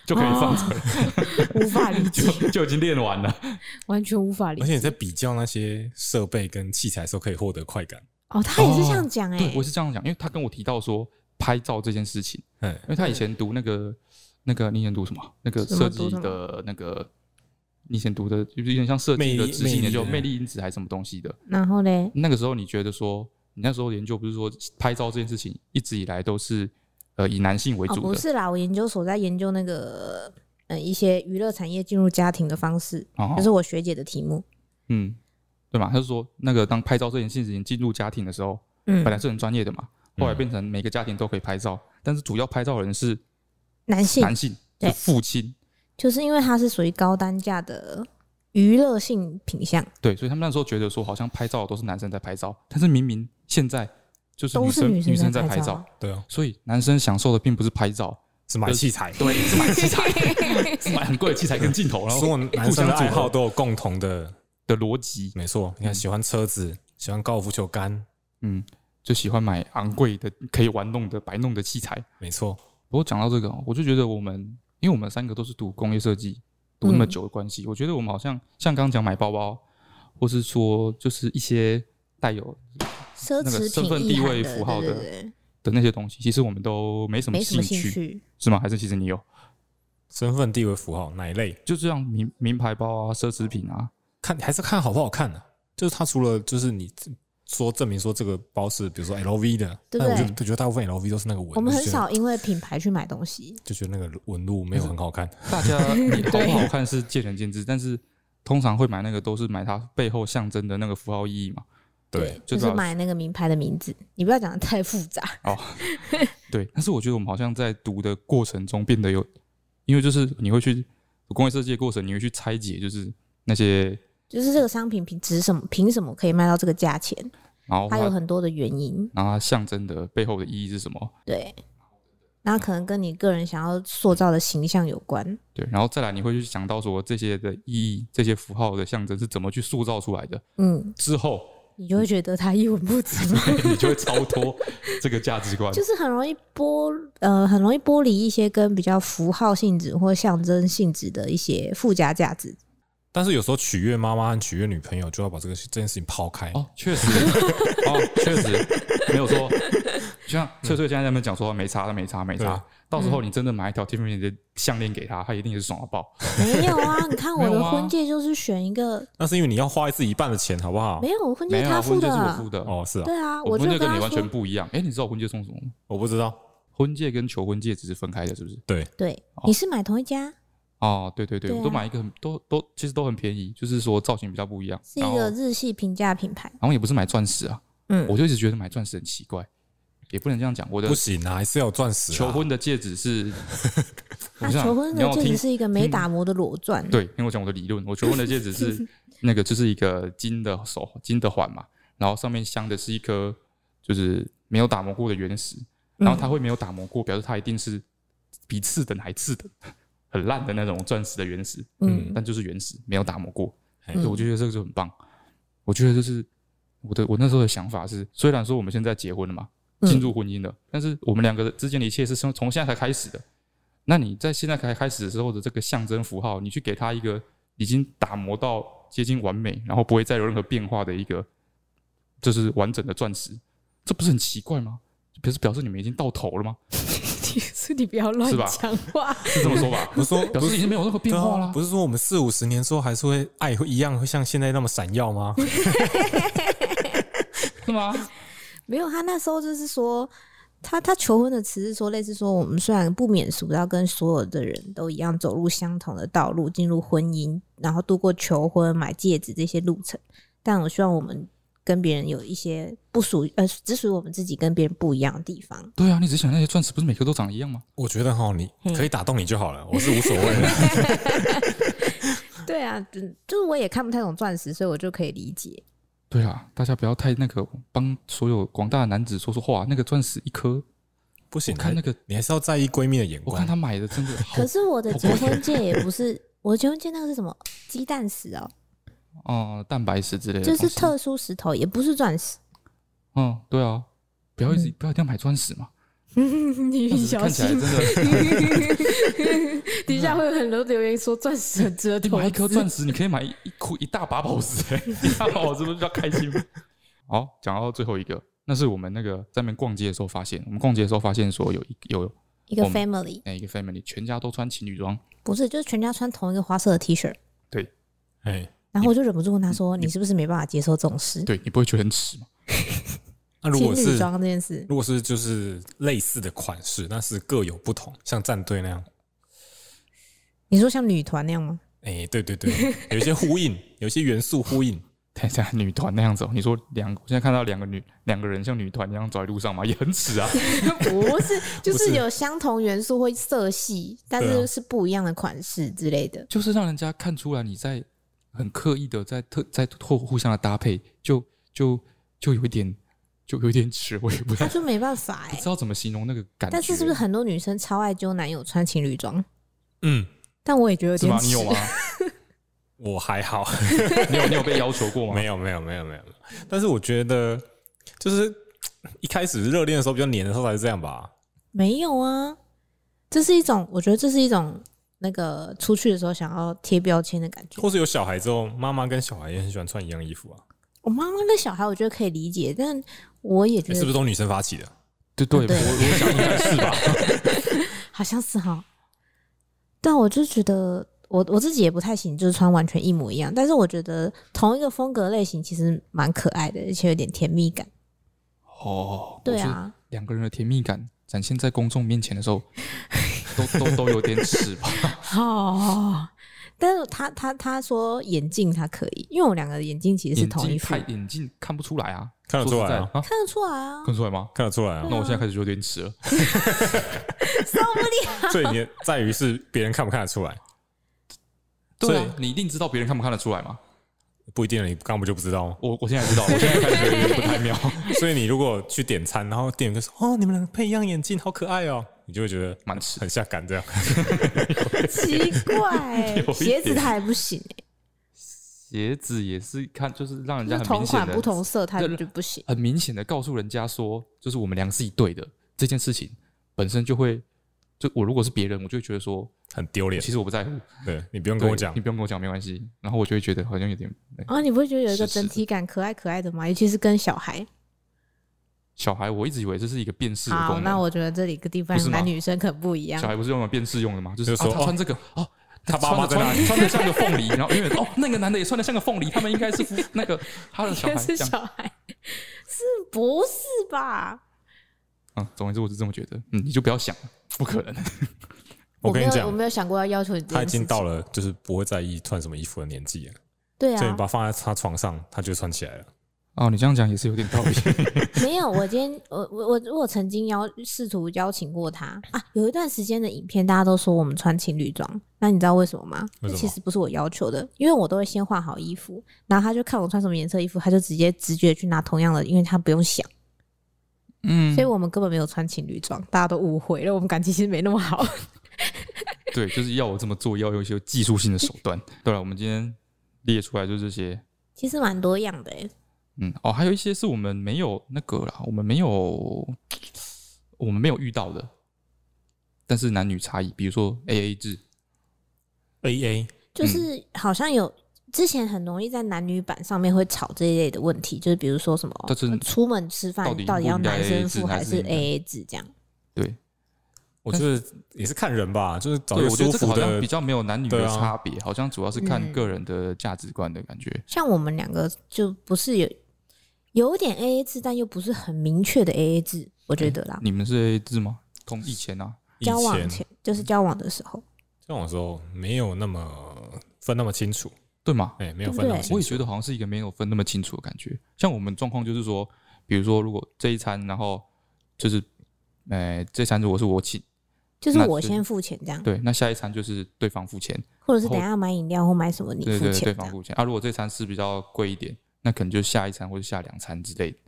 [SPEAKER 2] 就可以放着，
[SPEAKER 1] 哦无法理解，
[SPEAKER 2] 就就已经练完
[SPEAKER 1] <laughs>
[SPEAKER 2] 了。
[SPEAKER 1] 完全无法理
[SPEAKER 3] 而
[SPEAKER 1] 解。
[SPEAKER 3] 且你在比较那些设备跟器材的时候，可以获得快感。
[SPEAKER 1] 哦，他也是这样讲哎、
[SPEAKER 2] 对，我是这样讲，因为他跟我提到说拍照这件事情，
[SPEAKER 3] 嗯，
[SPEAKER 2] 因为他以前读那个那个你以前读什么？那个
[SPEAKER 1] 什么
[SPEAKER 2] 设
[SPEAKER 1] 读
[SPEAKER 2] 计
[SPEAKER 1] 什么
[SPEAKER 2] 的那个你以前读的，就是有点像设计的
[SPEAKER 3] 魅力
[SPEAKER 2] 执行研究，
[SPEAKER 3] 魅力
[SPEAKER 2] 魅力因子还是什么东西的。
[SPEAKER 1] 然后嘞，
[SPEAKER 2] 那个时候你觉得说，你那时候研究不是说拍照这件事情一直以来都是呃以男性为
[SPEAKER 1] 哦，
[SPEAKER 2] 主
[SPEAKER 1] 不
[SPEAKER 2] 的
[SPEAKER 1] 是啦，我研究所在研究那个嗯一些娱乐产业进入家庭的方式，
[SPEAKER 2] 哦
[SPEAKER 1] 这是我学姐的题目。
[SPEAKER 2] 嗯，对嘛？他是说那个当拍照这件事情进入家庭的时候，
[SPEAKER 1] 嗯
[SPEAKER 2] 本，来是很专业的嘛，
[SPEAKER 3] 嗯
[SPEAKER 2] 后来变成每个家庭都可以拍照，但是主要拍照的人是
[SPEAKER 1] 男性
[SPEAKER 2] 男性，
[SPEAKER 1] 对
[SPEAKER 2] 是父亲，
[SPEAKER 1] 就是因为它是属于高单价的娱乐性品相，
[SPEAKER 2] 对，所以他们那时候觉得说好像拍照都是男生在拍照，但是明明现在就是
[SPEAKER 1] 都
[SPEAKER 2] 女
[SPEAKER 1] 是
[SPEAKER 2] 生
[SPEAKER 1] 女
[SPEAKER 2] 女生
[SPEAKER 1] 在
[SPEAKER 2] 在拍
[SPEAKER 1] 照
[SPEAKER 2] 照
[SPEAKER 1] 啊。，
[SPEAKER 3] 对啊，
[SPEAKER 2] 所以男生享受的并不是拍照，
[SPEAKER 3] <laughs> 是买器材。
[SPEAKER 2] 对，是买器材，是买很贵的器材跟镜头，然
[SPEAKER 3] 所
[SPEAKER 2] 后
[SPEAKER 3] 有男
[SPEAKER 2] 互
[SPEAKER 3] 生
[SPEAKER 2] 相
[SPEAKER 3] 的
[SPEAKER 2] 组
[SPEAKER 3] 爱好
[SPEAKER 2] 合
[SPEAKER 3] 都有共同的，
[SPEAKER 2] 的逻辑，
[SPEAKER 3] 没
[SPEAKER 1] 嗯
[SPEAKER 3] 错。你看，喜欢车子，喜欢高尔夫球杆，
[SPEAKER 2] 嗯，就喜欢买昂贵的可以玩弄的白弄的器材。
[SPEAKER 3] 没错。
[SPEAKER 2] 不过讲到这个哦，我就觉得我们，因为我们三个都是读工业设计，读那
[SPEAKER 1] 嗯
[SPEAKER 2] 么久的关系，我觉得我们好像像刚刚讲买包包，或是说就是一些带有
[SPEAKER 1] 奢
[SPEAKER 2] 那个
[SPEAKER 1] 侈
[SPEAKER 2] 身
[SPEAKER 1] 品
[SPEAKER 2] 份
[SPEAKER 1] 意
[SPEAKER 2] 地
[SPEAKER 1] 涵
[SPEAKER 2] 位
[SPEAKER 1] 的
[SPEAKER 2] 符号
[SPEAKER 1] 对
[SPEAKER 2] 的
[SPEAKER 1] 对对
[SPEAKER 2] 的那些东西，其实我们都没什么
[SPEAKER 1] 没什
[SPEAKER 2] 兴
[SPEAKER 1] 么
[SPEAKER 2] 趣，
[SPEAKER 1] 兴趣。
[SPEAKER 2] 是吗？还是其实你有？
[SPEAKER 3] 身份地位符号哪一类？
[SPEAKER 2] 就这样名名牌包啊、奢侈品啊，
[SPEAKER 3] 看还是看好不好看呢、啊就是它除了就是你说证明说这个包是比如说 LV 的，
[SPEAKER 1] 对不对
[SPEAKER 3] 但我觉得我觉得大部分 LV 都是那个纹，
[SPEAKER 1] 我们很
[SPEAKER 3] 就觉得
[SPEAKER 1] 少因为品牌去买东西，
[SPEAKER 3] 就觉得那个纹路没有很好看。
[SPEAKER 2] 大家
[SPEAKER 1] <laughs>
[SPEAKER 2] 好不好看是见仁见智，但是通常会买那个都是买它背后象征的那个符号意义嘛。
[SPEAKER 3] 对，
[SPEAKER 1] 就
[SPEAKER 2] 就知道
[SPEAKER 1] 是买那个名牌的名字。你不要讲的太复杂， <laughs>
[SPEAKER 2] 哦对，但是我觉得我们好像在读的过程中变得有，因为就是你会去工业设计的过程，你会去拆解，就是那些，
[SPEAKER 1] 就是这个商品凭值什么，凭什么可以卖到这个价钱？
[SPEAKER 2] 然后
[SPEAKER 1] 它
[SPEAKER 2] 它
[SPEAKER 1] 有
[SPEAKER 2] 然后
[SPEAKER 1] 很多的原因，
[SPEAKER 2] 它象征的背后的意义是什么？
[SPEAKER 1] 对。那可能跟你个人想要塑造的形象有关，
[SPEAKER 2] 对，然后再来你会去想到说这些的意义，这些符号的象征是怎么去塑造出来的，
[SPEAKER 1] 嗯，
[SPEAKER 2] 之后
[SPEAKER 1] 你就会觉得它一文不值嘛，
[SPEAKER 2] <laughs> 你就会超脱这个价值
[SPEAKER 1] <laughs>
[SPEAKER 2] 观。
[SPEAKER 1] 就是很容易剥呃，很容易剥离一些跟比较符号性质或象征性质的一些附加价
[SPEAKER 2] <laughs>
[SPEAKER 1] 值。
[SPEAKER 3] 但是有时候取悦妈妈和取悦女朋友，就要把这个这件事情抛开。
[SPEAKER 2] 哦，确实，哦，确实没有错。就像翠翠现在在那边讲说没差，没差，没
[SPEAKER 3] 对
[SPEAKER 2] 差
[SPEAKER 3] 啊。
[SPEAKER 2] 到时候你真的买一条 Tiffany 的项链给她，她一定是爽到爆。
[SPEAKER 1] 没有啊，你看我
[SPEAKER 2] 没有
[SPEAKER 1] 的
[SPEAKER 2] 吗
[SPEAKER 1] 婚戒就是选一个
[SPEAKER 3] 那是因为你要花一次一半的钱，好不好
[SPEAKER 1] 没？有，我婚
[SPEAKER 2] 没
[SPEAKER 1] 戒
[SPEAKER 2] 有
[SPEAKER 1] 他
[SPEAKER 2] 啊，婚
[SPEAKER 1] 付
[SPEAKER 2] 戒
[SPEAKER 1] 的，
[SPEAKER 2] 是我付的。
[SPEAKER 3] 哦，是啊，
[SPEAKER 1] 对啊，
[SPEAKER 2] 我
[SPEAKER 1] 就
[SPEAKER 2] 婚戒
[SPEAKER 1] 跟
[SPEAKER 2] 跟
[SPEAKER 1] 他
[SPEAKER 2] 你完全
[SPEAKER 1] 说，
[SPEAKER 2] 不一样。哎、你知道我婚戒送什么吗？
[SPEAKER 3] 我不知道。
[SPEAKER 2] 婚戒跟求婚戒只是分开的，是不是？
[SPEAKER 3] 对，
[SPEAKER 1] 对，你是买同一家，
[SPEAKER 2] 哦，对对对，
[SPEAKER 1] 对啊
[SPEAKER 2] 我都买一个很都都其实都很便宜，就是说造型比较不一样。
[SPEAKER 1] 是
[SPEAKER 2] 然
[SPEAKER 1] 一
[SPEAKER 2] 后
[SPEAKER 1] 个日系平价品牌，
[SPEAKER 2] 然后也不是买钻石啊，
[SPEAKER 1] 嗯
[SPEAKER 2] 我就一直觉得买钻石很奇怪，也不能这样讲。我的
[SPEAKER 3] 不行啊，还是要有钻石、啊。
[SPEAKER 2] 求婚的戒
[SPEAKER 1] <laughs>
[SPEAKER 2] 指是，我
[SPEAKER 1] 啊，
[SPEAKER 2] 想
[SPEAKER 1] 求婚
[SPEAKER 2] 你
[SPEAKER 1] 的
[SPEAKER 2] 要
[SPEAKER 1] 戒
[SPEAKER 2] 听
[SPEAKER 1] 指是一个没打磨的裸钻，
[SPEAKER 2] 对，听我讲我的理论，我求婚的戒指 <laughs> 是那个就是一个金的手金的环嘛，然后上面镶的是一颗就是没有打磨过的原石，然后它会没有打磨过，表示它一定是比次等还次等，很烂的那种钻石的原石，
[SPEAKER 1] 嗯，
[SPEAKER 2] 但就是原石没有打磨过，
[SPEAKER 3] 嗯
[SPEAKER 2] 所以我就觉得这个就很棒。我觉得就是我的我那时候的想法是，虽然说我们现在结婚了嘛，进入婚姻了，但是我们两个之间的一切是从从现在才开始的。那你在现在才开始的时候的这个象征符号，你去给它一个已经打磨到接近完美，然后不会再有任何变化的一个，就是完整的钻石，这不是很奇怪吗？表示表示你们已经到头了吗？
[SPEAKER 1] 哎
[SPEAKER 4] 其实你不要乱
[SPEAKER 2] 是吧
[SPEAKER 4] 讲
[SPEAKER 1] <laughs>
[SPEAKER 4] 话，
[SPEAKER 2] 是这么说吧？
[SPEAKER 3] <laughs> 不是说
[SPEAKER 2] 表示已经没有任何变化
[SPEAKER 3] 对
[SPEAKER 2] 啦、
[SPEAKER 3] 啊不是说我们四五十年之后还是会爱会一样会像现在那么闪
[SPEAKER 2] <laughs>
[SPEAKER 3] 耀吗？
[SPEAKER 2] 是吗？
[SPEAKER 1] 没有，他那时候就是说，他他求婚的词是说，类似说，我们虽然不免俗，要跟所有的人都一样走入相同的道路，进入婚姻，然后度过求婚、买戒指这些路程，但我希望我们跟别人有一些不属于呃，只属于我们自己跟别人不一样的地方。
[SPEAKER 2] 对啊，你只想那些钻石不是每个都长得一样吗？
[SPEAKER 3] 我觉得哈，你可以打动你就好了，我是无所谓的。
[SPEAKER 2] <laughs>
[SPEAKER 1] 对啊，就就是我也看不太懂钻石，所以我就可以理解。
[SPEAKER 2] 对啊，大家不要太那个，帮所有广大的男子说说话。那个钻石一颗，
[SPEAKER 3] 不行，
[SPEAKER 2] 我看那个
[SPEAKER 3] 你还是要在意闺蜜的眼
[SPEAKER 2] 我
[SPEAKER 3] 光。
[SPEAKER 2] 看他买的真的好
[SPEAKER 1] 可是我的
[SPEAKER 2] 好
[SPEAKER 1] 结
[SPEAKER 2] 贵
[SPEAKER 1] 婚戒也不是，我的结婚戒那个是什么鸡蛋石哦，
[SPEAKER 2] <laughs> 哦、蛋白石之类的
[SPEAKER 1] 就
[SPEAKER 2] 东西，
[SPEAKER 1] 是特殊石头，也不是钻石。
[SPEAKER 2] 嗯，对啊，不要一直、不要一定要买钻石嘛，钻
[SPEAKER 4] 你
[SPEAKER 2] 石
[SPEAKER 4] 小
[SPEAKER 2] 看起来
[SPEAKER 4] 心
[SPEAKER 1] <laughs>
[SPEAKER 2] 真。<laughs> 的，
[SPEAKER 4] 底下会有很多留言说钻石很值得
[SPEAKER 2] 你
[SPEAKER 1] <laughs>
[SPEAKER 4] 投
[SPEAKER 2] 买一颗
[SPEAKER 4] 资，
[SPEAKER 2] 钻石，你可以买一一颗一大把宝石、欸，一大把宝石不是比较开心吗？ <laughs> 好，讲到最后一个，那是我们那个在那边逛街的时候发现，我们逛街的时候发现说有一有
[SPEAKER 1] 一个
[SPEAKER 2] 我们
[SPEAKER 1] family
[SPEAKER 2] 哎、一个 family 全家都穿情侣装，
[SPEAKER 1] 不是，就是全家穿同一个花色的 T 恤，
[SPEAKER 3] 哎，
[SPEAKER 1] 然后我就忍不住问他
[SPEAKER 3] 嗯
[SPEAKER 1] 说：“你是不是没办法接受这种事？
[SPEAKER 2] 对你不会觉得很耻吗？
[SPEAKER 3] 那如
[SPEAKER 1] 情
[SPEAKER 3] 果
[SPEAKER 1] 侣
[SPEAKER 3] 是
[SPEAKER 1] 装这件事
[SPEAKER 3] 如果是就是类似的款式，但是各有不同，像战队那样。？”
[SPEAKER 1] 你说像女团那样吗？
[SPEAKER 3] 哎，对对对，有一些呼应，
[SPEAKER 2] <laughs>
[SPEAKER 3] 有一些元素呼应。
[SPEAKER 2] 等一下，女团那样子、哦，你说两，我现在看到两个女两个人像女团一样走在路上嘛，也很
[SPEAKER 3] <laughs>
[SPEAKER 2] 耻啊。
[SPEAKER 1] 不是，就
[SPEAKER 3] 不
[SPEAKER 1] 是
[SPEAKER 3] 是
[SPEAKER 1] 有相同元素会色系，但
[SPEAKER 3] 对
[SPEAKER 1] 是
[SPEAKER 3] 啊
[SPEAKER 1] 是不一样的款式之类的。
[SPEAKER 2] 就是让人家看出来你在很刻意的在特在互互相的搭配，就就就有一点就有一点耻，我也不
[SPEAKER 1] 他
[SPEAKER 3] <laughs>
[SPEAKER 2] 太
[SPEAKER 1] 就没办法
[SPEAKER 2] 不
[SPEAKER 1] 哎、
[SPEAKER 2] 知道怎么形容那个感觉。
[SPEAKER 1] 但是是不是很多女生超爱揪男友穿情侣装？
[SPEAKER 3] 嗯，
[SPEAKER 1] 但我也觉得有
[SPEAKER 2] 是
[SPEAKER 1] 点
[SPEAKER 2] 吗？你有吗？
[SPEAKER 3] 我还好，
[SPEAKER 2] 你有你有被要求过吗？
[SPEAKER 3] <laughs> 没有没有没有没有。但是我觉得，就是一开始热恋的时候比较黏的时候才是这样吧。
[SPEAKER 1] 没有啊，这是一种，我觉得这是一种那个出去的时候想要贴标签的感
[SPEAKER 2] <laughs>
[SPEAKER 1] 觉。
[SPEAKER 3] 或是有小孩之后，妈妈跟小孩也很喜欢穿一样衣服啊，
[SPEAKER 1] 我妈妈跟小孩，我觉得可以理解，但我也觉
[SPEAKER 3] 哎诶是
[SPEAKER 1] 得
[SPEAKER 3] 不是都女生发起的？
[SPEAKER 2] 对对，
[SPEAKER 1] 对
[SPEAKER 2] 我我想应该是吧。
[SPEAKER 1] 好像是哈。但我就觉得我我自己也不太行，就是穿完全一模一样。但是我觉得同一个风格类型其实蛮可爱的，而且有点甜蜜感。
[SPEAKER 2] 哦，
[SPEAKER 1] 对，啊，
[SPEAKER 2] 两个人的甜蜜感展现在公众面前的时候，都都都有点耻吧。
[SPEAKER 1] 哦。但是他他他说眼镜他可以，因为我两个眼镜其实是
[SPEAKER 2] 眼
[SPEAKER 1] 同
[SPEAKER 2] 镜
[SPEAKER 1] 一副
[SPEAKER 2] 太，眼镜看不出来啊，
[SPEAKER 3] 看得出来
[SPEAKER 2] 说
[SPEAKER 3] 啊
[SPEAKER 2] 实在的啊，
[SPEAKER 1] 看得出来啊
[SPEAKER 2] 看。得出来吗？
[SPEAKER 3] 看得出
[SPEAKER 1] <laughs>
[SPEAKER 3] 来啊。
[SPEAKER 2] 那我现在开始有点耻了。
[SPEAKER 3] 所以你的在于是别人看不看得出来，
[SPEAKER 2] 对
[SPEAKER 3] 所
[SPEAKER 2] 啊，你一定知道别人看不看得出来嘛？
[SPEAKER 3] 不一定，你刚不就不知道 <laughs> 吗？
[SPEAKER 2] 我我现在 <laughs> 知道，我现在开始有点不太妙。
[SPEAKER 3] 所以你如果去点餐，然后店员就说：“哦，你们两个配一样眼镜，好可爱哦。”你就会觉得
[SPEAKER 2] 蛮吃
[SPEAKER 3] 很下感这样。
[SPEAKER 1] 奇怪、欸
[SPEAKER 2] 有一点
[SPEAKER 1] 鞋子他也不行、欸
[SPEAKER 2] 鞋子也是看，就是让人
[SPEAKER 1] 就
[SPEAKER 2] 家
[SPEAKER 1] 是
[SPEAKER 2] 很
[SPEAKER 1] 同
[SPEAKER 2] 明显
[SPEAKER 1] 款
[SPEAKER 2] 的
[SPEAKER 1] 不同色，他
[SPEAKER 2] 对
[SPEAKER 1] 就不行。
[SPEAKER 2] 很明显的告诉人家说，就是我们俩是一对的这件事情本身就会，就我如果是别人，我就会觉得说，
[SPEAKER 3] 很丢脸。
[SPEAKER 2] 其实我不在乎，
[SPEAKER 3] 对你不用跟我
[SPEAKER 2] 对
[SPEAKER 3] 讲
[SPEAKER 2] 你，不用跟我讲没关系。然后我就会觉得好像有点哎
[SPEAKER 1] 啊，你不会觉得有一个
[SPEAKER 2] 是是
[SPEAKER 1] 整体感可爱可爱的吗？尤其是跟小孩。
[SPEAKER 2] 小孩，我一直以为这是一个辨识的
[SPEAKER 1] 好，
[SPEAKER 2] 功
[SPEAKER 1] 啊那
[SPEAKER 2] 能。
[SPEAKER 1] 我觉得这里个地方
[SPEAKER 2] 不是吗
[SPEAKER 1] 男女生可不一样
[SPEAKER 2] 小。孩不是用来辨识用的吗？就是
[SPEAKER 3] 就是说
[SPEAKER 2] 啊他穿这个哦，
[SPEAKER 3] 他爸妈在
[SPEAKER 2] 穿
[SPEAKER 3] 哪
[SPEAKER 2] 的穿的像个凤梨，然后因为哦那个男的也穿的像个凤梨，他们应该是夫那个他的
[SPEAKER 1] <laughs>
[SPEAKER 2] 小孩
[SPEAKER 4] 可是
[SPEAKER 2] 这样。
[SPEAKER 4] 小孩
[SPEAKER 1] 不是吧？
[SPEAKER 2] 嗯，总而言之我是这么觉得。嗯，你就不要想，不可能。
[SPEAKER 3] 我跟你
[SPEAKER 1] 没有我
[SPEAKER 3] 讲，
[SPEAKER 1] 没有想过要要求你这件
[SPEAKER 3] 他已
[SPEAKER 1] 事情。
[SPEAKER 3] 经到了就是不会在意穿什么衣服的年纪了。
[SPEAKER 1] 对
[SPEAKER 3] 所以你
[SPEAKER 1] 啊，
[SPEAKER 3] 把它放在他床上，他就穿起来了。
[SPEAKER 2] 哦，你这样讲也是有点道 <laughs> 理。
[SPEAKER 1] 没有。我今天我 <laughs> 我我我曾经邀试图邀请过他啊，有一段时间的影片，大家都说我们穿情侣装，那你知道为什么吗？
[SPEAKER 3] 为
[SPEAKER 1] 那
[SPEAKER 3] 什么
[SPEAKER 1] 其实不是我要求的，因为我都会先换好衣服，然后他就看我穿什么颜色衣服，他就直接直觉去拿同样的，因为他不用想，
[SPEAKER 2] 嗯
[SPEAKER 1] 所以我们根本没有穿情侣装，大家都误会了，我们感情其实没那么
[SPEAKER 2] <laughs>
[SPEAKER 1] 好。
[SPEAKER 2] 对，就是要我这么做，要用一些技术性的手段。对了，我们今天列出来就是这些，
[SPEAKER 1] 其实蛮多样的、欸，
[SPEAKER 2] 嗯，哦，还有一些是我们没有那个啦，我们没有，我们没有遇到的，但是男女差异，比如说 A A 制，
[SPEAKER 3] A A，
[SPEAKER 2] 嗯
[SPEAKER 1] 就是好像有之前很容易在男女版上面会吵这一类的问题，就是比如说什么，
[SPEAKER 2] 但是
[SPEAKER 1] 出门吃饭
[SPEAKER 2] 到底
[SPEAKER 1] 到底要
[SPEAKER 2] 应不应该
[SPEAKER 1] 男
[SPEAKER 2] AA
[SPEAKER 1] 生
[SPEAKER 2] 制
[SPEAKER 1] 付
[SPEAKER 2] 还
[SPEAKER 1] 还
[SPEAKER 2] 是
[SPEAKER 1] 是
[SPEAKER 2] 应该
[SPEAKER 1] AA 制这样？
[SPEAKER 2] 对，
[SPEAKER 3] 我觉得也是看人吧，就是找一
[SPEAKER 2] 对，
[SPEAKER 3] 个
[SPEAKER 2] 我觉得这
[SPEAKER 3] 舒
[SPEAKER 2] 个
[SPEAKER 3] 服
[SPEAKER 2] 好像
[SPEAKER 3] 的
[SPEAKER 2] 比。较没有男女
[SPEAKER 3] 对
[SPEAKER 2] 的
[SPEAKER 3] 啊
[SPEAKER 2] 差别，好像主要是看
[SPEAKER 1] 嗯
[SPEAKER 2] 个人的价值观的感觉。
[SPEAKER 1] 像我们两个就不是有有点 AA 制，但又不是很明确的 AA 制，我觉得啦。
[SPEAKER 2] 你们是 A 制吗？同哎以前啊，
[SPEAKER 3] 以
[SPEAKER 1] 交往
[SPEAKER 3] 前
[SPEAKER 1] 前就是交往的时候，
[SPEAKER 3] 交往的时候没有那么分那么清楚，
[SPEAKER 2] 对吗？
[SPEAKER 3] 哎、没有分那么清楚。
[SPEAKER 2] 我也觉得好像是一个没有分那么清楚的感觉。像我们状况就是说，比如说如果这一餐，然后就是，呃，这餐如果是我请，
[SPEAKER 1] 就是
[SPEAKER 2] 那
[SPEAKER 1] 我
[SPEAKER 2] 是
[SPEAKER 1] 先付钱这样，
[SPEAKER 2] 对，那下一餐就是对方付钱，
[SPEAKER 1] 或者是
[SPEAKER 2] 后
[SPEAKER 1] 等一下买饮料或买什么你
[SPEAKER 2] 对
[SPEAKER 1] 付
[SPEAKER 2] 对对，
[SPEAKER 1] 钱
[SPEAKER 2] 对
[SPEAKER 1] 这
[SPEAKER 2] 方
[SPEAKER 1] 样。
[SPEAKER 2] 付钱啊。如果这餐是比较贵一点，那可能就下一餐或者下两餐之类的，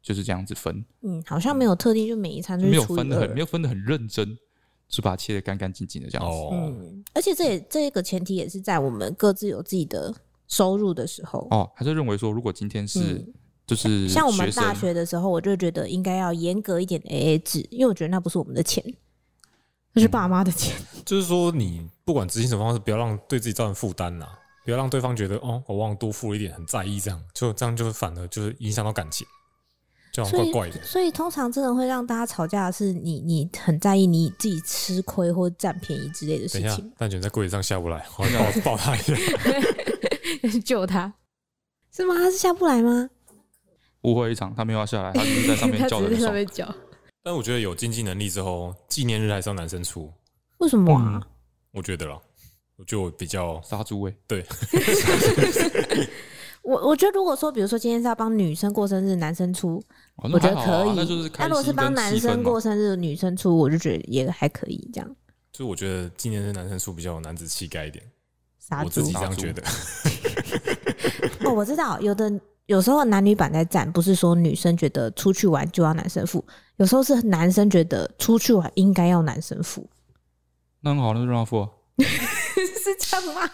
[SPEAKER 2] 就是这样子分，
[SPEAKER 1] 嗯，好像没有特定就每一餐就
[SPEAKER 2] 没
[SPEAKER 1] 是
[SPEAKER 2] 有
[SPEAKER 1] 除
[SPEAKER 2] 分
[SPEAKER 1] 以
[SPEAKER 2] 的很没
[SPEAKER 1] 二。
[SPEAKER 2] 有分的很认真，是把它切的干干净净的这样子。
[SPEAKER 3] 哦，
[SPEAKER 1] 嗯，而且这也这个前提也是在我们各自有自己的收入的时候。
[SPEAKER 2] 哦，他就认为说，如果今天是、
[SPEAKER 1] 嗯
[SPEAKER 2] 就是
[SPEAKER 1] 像我们
[SPEAKER 2] 生
[SPEAKER 1] 大学的时候，我就觉得应该要严格一点的 AA 制，因为我觉得那不是我们的钱，那是爸妈的钱。 <laughs>
[SPEAKER 3] 就是说你不管执行什么方式，不要让对自己造成负担啦，不要让对方觉得哦，我忘多付了一点，很在意这样，就这样就反而就是影响到感情，这样
[SPEAKER 1] 所
[SPEAKER 3] 怪
[SPEAKER 1] 以
[SPEAKER 3] 怪的。
[SPEAKER 1] 所以通常真的会让大家吵架的是你，你很在意你自己吃亏或占便宜之类的事
[SPEAKER 3] 等一下
[SPEAKER 1] 情，，
[SPEAKER 3] 蛋卷在柜子上下
[SPEAKER 2] <laughs>
[SPEAKER 3] 不来，我要抱抱他一下。
[SPEAKER 1] 救他是吗？他是下不来吗？
[SPEAKER 2] 误会一场，他没有要下来，他只是
[SPEAKER 1] <laughs>
[SPEAKER 2] 在上面
[SPEAKER 4] 他
[SPEAKER 2] 叫的
[SPEAKER 4] 只是
[SPEAKER 2] 很
[SPEAKER 4] 在
[SPEAKER 2] 爽
[SPEAKER 4] 那。边叫，
[SPEAKER 3] 但我觉得有经济能力之后，纪念日还是要男生出，
[SPEAKER 1] 为什么啊？
[SPEAKER 3] 我觉得啦，我觉得我比较
[SPEAKER 2] 杀猪味，
[SPEAKER 1] 我我觉得如果说，比如说今天是要帮女生过生日，男生出，
[SPEAKER 2] 哦那
[SPEAKER 1] 我觉得
[SPEAKER 2] 还好啊
[SPEAKER 1] 可以。
[SPEAKER 2] 那就是开
[SPEAKER 1] 但如果是
[SPEAKER 2] 心
[SPEAKER 1] 帮
[SPEAKER 2] 跟
[SPEAKER 1] 男
[SPEAKER 2] 气氛
[SPEAKER 1] 生
[SPEAKER 2] 嘛
[SPEAKER 1] 过生日，女生出，我就觉得也还可以这样。
[SPEAKER 3] 就是我觉得纪念日男生出比较有男子气概一点，
[SPEAKER 1] 杀
[SPEAKER 3] 我自
[SPEAKER 1] 猪
[SPEAKER 3] 己这样觉得。
[SPEAKER 1] 哦，我知道，有的有时候男女版在战，不是说女生觉得出去玩就要男生付，有时候是男生觉得出去玩应该要男生付，
[SPEAKER 2] 那很好，那就让他付啊。
[SPEAKER 1] 是这样
[SPEAKER 4] <laughs>
[SPEAKER 1] 吗？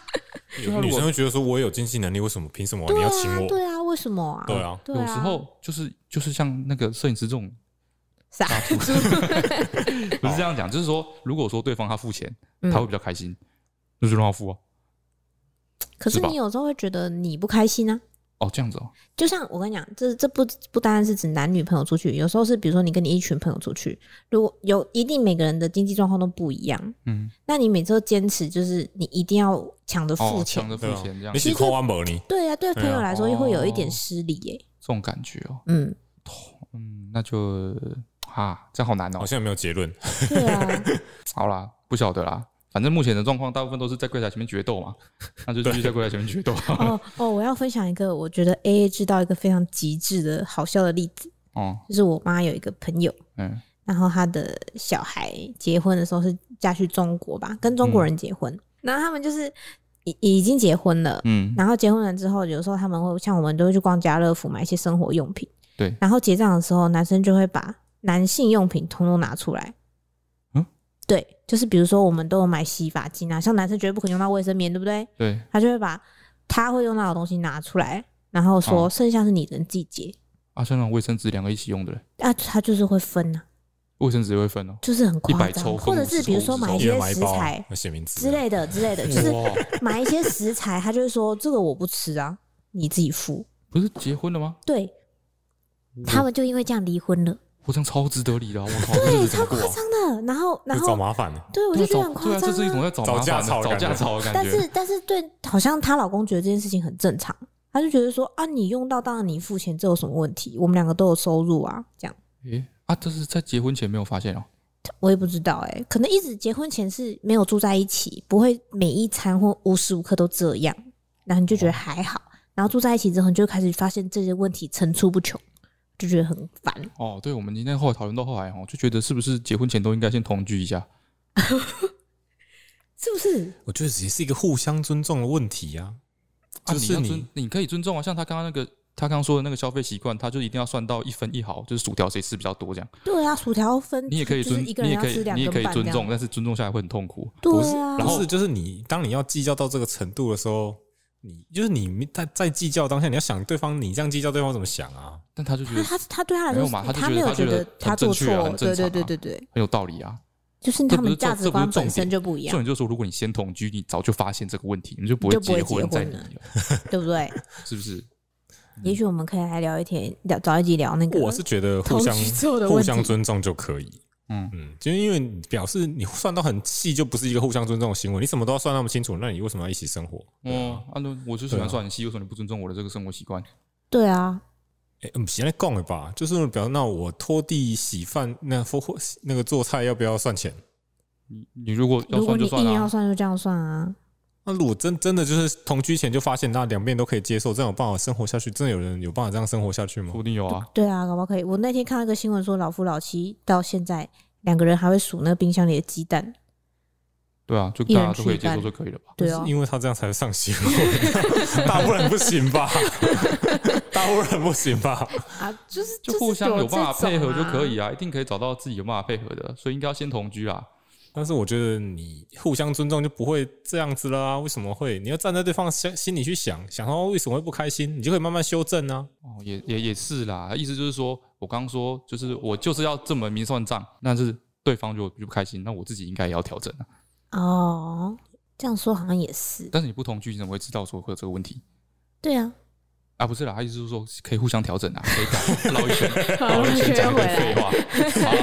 [SPEAKER 2] 就
[SPEAKER 3] 有
[SPEAKER 2] 是
[SPEAKER 3] 女
[SPEAKER 2] 我
[SPEAKER 3] 生会觉得说我也有经济能力，为什么凭什么哦你
[SPEAKER 1] 对
[SPEAKER 3] 要请
[SPEAKER 1] 啊，
[SPEAKER 3] 我？
[SPEAKER 1] 对啊，为什么啊？
[SPEAKER 3] 对啊，
[SPEAKER 1] 对啊，
[SPEAKER 2] 有时候就是就是像那个摄影师这种，
[SPEAKER 1] 傻
[SPEAKER 2] 猪， <laughs> 不是这样讲，就是说，如果说对方他付钱，
[SPEAKER 1] 嗯
[SPEAKER 2] 他会比较开心，那就让他付啊。
[SPEAKER 1] 可是
[SPEAKER 2] 是吧
[SPEAKER 1] 你有时候会觉得你不开心啊。
[SPEAKER 2] 哦，这样子哦，
[SPEAKER 1] 就像我跟你讲，这这不不单单是指男女朋友出去，有时候是比如说你跟你一群朋友出去，如果有一定每个人的经济状况都不一样，
[SPEAKER 2] 嗯，
[SPEAKER 1] 那你每次都坚持就是你一定要抢着付
[SPEAKER 2] 哦，
[SPEAKER 1] 钱
[SPEAKER 2] 抢，着付
[SPEAKER 3] 对啊
[SPEAKER 2] 钱这样，
[SPEAKER 3] 你
[SPEAKER 2] 这
[SPEAKER 3] 喜
[SPEAKER 1] 其实
[SPEAKER 3] 欢玩不你？
[SPEAKER 1] 对啊，对
[SPEAKER 3] 对
[SPEAKER 1] 朋
[SPEAKER 3] 啊
[SPEAKER 1] 友来说又会有一
[SPEAKER 2] 哦
[SPEAKER 1] 点失礼耶、
[SPEAKER 2] 种感觉哦，
[SPEAKER 1] 嗯，
[SPEAKER 2] 嗯，那就啊，这样好难哦
[SPEAKER 3] 好。像也没有结论。
[SPEAKER 1] 对 <laughs>
[SPEAKER 2] <laughs>
[SPEAKER 1] 啊，
[SPEAKER 2] 好啦，不晓得啦，反正目前的状况大部分都是在柜台前面决斗嘛，那就继续在柜台前面决斗。
[SPEAKER 1] <laughs> 哦哦，我要分享一个我觉得 A A 制到一个非常极致的好笑的例子，
[SPEAKER 2] <laughs> 哦，
[SPEAKER 1] 就是我妈有一个朋友，
[SPEAKER 2] 嗯，
[SPEAKER 1] 然后她的小孩结婚的时候是嫁去中国吧，跟中
[SPEAKER 2] 嗯
[SPEAKER 1] 国人结婚，然后他们就是已已经结婚了。
[SPEAKER 2] 嗯，
[SPEAKER 1] 然后结婚了之后，有时候他们会像我们都会去逛家乐福买一些生活用品。
[SPEAKER 2] 对
[SPEAKER 1] 然后结账的时候，男生就会把男性用品通通拿出来。
[SPEAKER 2] 嗯，
[SPEAKER 1] 对，就是比如说我们都有买洗发精啊，像男生绝对不可能用到卫生棉，对不对？
[SPEAKER 2] 对，
[SPEAKER 1] 他就会把他会用到的东西拿出来，然后说
[SPEAKER 2] 哦
[SPEAKER 1] 剩下是你的自己结。
[SPEAKER 2] 啊，像那种卫生纸两个一起用的嘞，
[SPEAKER 1] 啊，他就是会分啊，
[SPEAKER 2] 卫生纸也会分哦。
[SPEAKER 1] 就是很夸
[SPEAKER 2] 100
[SPEAKER 1] 张，
[SPEAKER 2] 抽
[SPEAKER 1] 或者是比如说
[SPEAKER 2] 分
[SPEAKER 1] 买
[SPEAKER 2] 50
[SPEAKER 1] 一
[SPEAKER 3] 一人
[SPEAKER 1] 些
[SPEAKER 3] 买一
[SPEAKER 1] 食
[SPEAKER 3] 包啊
[SPEAKER 1] 材，
[SPEAKER 3] 要写名字
[SPEAKER 1] 之类的之类的，就是
[SPEAKER 2] 啊哇，
[SPEAKER 1] 买一些食材，他就会说这个我不吃啊，你自己付。
[SPEAKER 2] 不是结婚了吗？
[SPEAKER 1] 对，
[SPEAKER 2] 嗯
[SPEAKER 1] 他们就因为这样离婚了，
[SPEAKER 2] 我这样超值得理的啊、我靠，这日子怎么
[SPEAKER 1] 超
[SPEAKER 2] 过
[SPEAKER 1] 夸
[SPEAKER 2] 啊？
[SPEAKER 1] 张的。然后，然
[SPEAKER 3] 会找
[SPEAKER 1] 后，
[SPEAKER 3] 麻烦的。
[SPEAKER 1] 对我
[SPEAKER 2] 对
[SPEAKER 1] 就
[SPEAKER 2] 啊
[SPEAKER 1] 觉得很
[SPEAKER 2] 找对
[SPEAKER 1] 夸
[SPEAKER 2] 啊，
[SPEAKER 1] 张
[SPEAKER 2] 这是一种
[SPEAKER 1] 啊。
[SPEAKER 2] 在找
[SPEAKER 3] 找
[SPEAKER 2] 麻
[SPEAKER 3] 架
[SPEAKER 2] 烦的、
[SPEAKER 3] 吵的
[SPEAKER 2] 找
[SPEAKER 3] 感
[SPEAKER 2] 架
[SPEAKER 3] 觉
[SPEAKER 2] 吵的感
[SPEAKER 1] 但
[SPEAKER 2] 觉。
[SPEAKER 1] 是，但是对，好像她老公觉得这件事情很正常，他就觉得说啊，你用到当然你付钱，这有什么问题？我们两个都有收入啊，这样。
[SPEAKER 2] 诶啊，这是在结婚前没有发现哦、
[SPEAKER 1] 我也不知道哎、可能一直结婚前是没有住在一起，不会每一餐或无时无刻都这样，然后你就觉得还好，然后住在一起之后，你就开始发现这些问题层出不穷，就觉得很烦。
[SPEAKER 2] 哦，对，我们今天后来讨论到后来哦，就觉得是不是结婚前都应该先同居一下？
[SPEAKER 1] 是不是？
[SPEAKER 3] 我觉得也是一个互相尊重的问题啊。
[SPEAKER 2] 啊，
[SPEAKER 3] 就是
[SPEAKER 2] 你要
[SPEAKER 3] 你
[SPEAKER 2] 尊，你可以尊重啊，像他刚刚那个，他刚刚说的那个消费习惯，他就一定要算到一分一毫，就是薯条谁吃比较多这样。
[SPEAKER 1] 对啊，薯条分
[SPEAKER 2] 你也可以
[SPEAKER 1] 就是
[SPEAKER 2] 尊，
[SPEAKER 1] 一个人
[SPEAKER 2] 你也
[SPEAKER 1] 要
[SPEAKER 2] 可
[SPEAKER 1] 吃
[SPEAKER 2] 以，
[SPEAKER 1] 两
[SPEAKER 2] 你也
[SPEAKER 1] 根
[SPEAKER 2] 可以
[SPEAKER 1] 半
[SPEAKER 2] 尊
[SPEAKER 1] 这
[SPEAKER 2] 重，
[SPEAKER 1] 样。
[SPEAKER 2] 但是尊重下来会很痛苦。
[SPEAKER 3] 不
[SPEAKER 1] 对
[SPEAKER 3] 是，
[SPEAKER 1] 啊，
[SPEAKER 3] 不是，就是你当你要计较到这个程度的时候，你就是你在在计较当下，你要想对方，你这样计较对方怎么想啊？
[SPEAKER 2] 但他就觉
[SPEAKER 1] 他他
[SPEAKER 2] 得
[SPEAKER 1] 他对他来
[SPEAKER 2] 没有
[SPEAKER 1] 说
[SPEAKER 2] 嘛
[SPEAKER 1] 是，
[SPEAKER 2] 他就
[SPEAKER 1] 没有
[SPEAKER 2] 觉得他觉
[SPEAKER 1] 觉得
[SPEAKER 2] 得很
[SPEAKER 1] 他
[SPEAKER 2] 正
[SPEAKER 1] 做
[SPEAKER 2] 确啊
[SPEAKER 1] 错，
[SPEAKER 2] 很正
[SPEAKER 1] 对对
[SPEAKER 2] 常
[SPEAKER 1] 对
[SPEAKER 2] 啊
[SPEAKER 1] 对对，
[SPEAKER 2] 很有道理啊，
[SPEAKER 1] 就是他们价值观
[SPEAKER 2] 这不是重
[SPEAKER 1] 本身就不一
[SPEAKER 2] 重
[SPEAKER 1] 样，
[SPEAKER 2] 点就是说，如果你先同居，你早就发现这个问题，你就不
[SPEAKER 1] 你就
[SPEAKER 2] 会
[SPEAKER 1] 不会
[SPEAKER 2] 结
[SPEAKER 1] 结
[SPEAKER 2] 婚
[SPEAKER 1] 婚
[SPEAKER 2] 再离
[SPEAKER 1] 了
[SPEAKER 2] 了，
[SPEAKER 1] 对不对？
[SPEAKER 2] 是不是？嗯
[SPEAKER 1] 也许我们可以来聊一天，聊早一集聊那个。
[SPEAKER 3] 我是觉得互
[SPEAKER 4] 同
[SPEAKER 3] 相
[SPEAKER 4] 居之后的
[SPEAKER 3] 互
[SPEAKER 4] 问题
[SPEAKER 3] 相尊重就可以。
[SPEAKER 2] 嗯
[SPEAKER 3] 嗯，就因为你表示你算到很细，就不是一个互相尊重的行为。你什么都要算那么清楚，那你为什么要一起生活？
[SPEAKER 2] 哦，安东，我就喜
[SPEAKER 3] 对啊
[SPEAKER 2] 欢算很细，为什么你不尊重我的这个生活习惯？
[SPEAKER 1] 对啊，
[SPEAKER 3] 哎、嗯，现在讲了吧，就是表示那我拖地、洗饭、那或或那个做菜要不要算钱？
[SPEAKER 2] 你你如果要
[SPEAKER 1] 如果
[SPEAKER 2] 算
[SPEAKER 1] 你
[SPEAKER 2] 就算
[SPEAKER 1] 硬要
[SPEAKER 2] 啊，
[SPEAKER 1] 算就这样算啊，
[SPEAKER 3] 那如果真真的就是同居前就发现，那两边都可以接受，这样有办法生活下去？真的有人有办法这样生活下去吗
[SPEAKER 2] 说？不定有啊。
[SPEAKER 1] 对啊，搞不好可以。我那天看到一个新闻说，老夫老妻到现在两个人还会数那冰箱里的鸡蛋，
[SPEAKER 2] 对啊，就
[SPEAKER 1] 一人
[SPEAKER 2] 大家都可
[SPEAKER 1] 吃
[SPEAKER 2] 以
[SPEAKER 1] 一
[SPEAKER 2] 接
[SPEAKER 1] 半
[SPEAKER 2] 受就可以了吧？
[SPEAKER 1] 对哦，
[SPEAKER 3] 因为他这样才会上新闻，啊 <laughs> 大不然不行吧？大不然不行吧？
[SPEAKER 4] 啊，就是
[SPEAKER 2] 就互相有办法配合就可以
[SPEAKER 4] 啊。
[SPEAKER 2] 啊，一定可以找到自己有办法配合的，所以应该要先同居啊啦。
[SPEAKER 3] 但是我觉得你互相尊重就不会这样子啦。为什么会？你要站在对方心心里去想，想到为什么会不开心，你就可以慢慢修正啊。
[SPEAKER 2] 哦，也也也是啦，意思就是说我刚刚说，就是我就是要这么明算账，但是对方就就不开心，那我自己应该也要调整啊。
[SPEAKER 1] 哦，这样说好像也是，
[SPEAKER 2] 但是你不同居，你怎么会知道说会有这个问题
[SPEAKER 1] 对啊，
[SPEAKER 2] 啊？不是啦，他意思就是说可以互相调整啊，可以改绕一圈，
[SPEAKER 4] 好，
[SPEAKER 2] 绕一圈
[SPEAKER 4] 圈
[SPEAKER 2] 讲一
[SPEAKER 4] 回
[SPEAKER 2] 堆废。
[SPEAKER 4] 来
[SPEAKER 2] 话。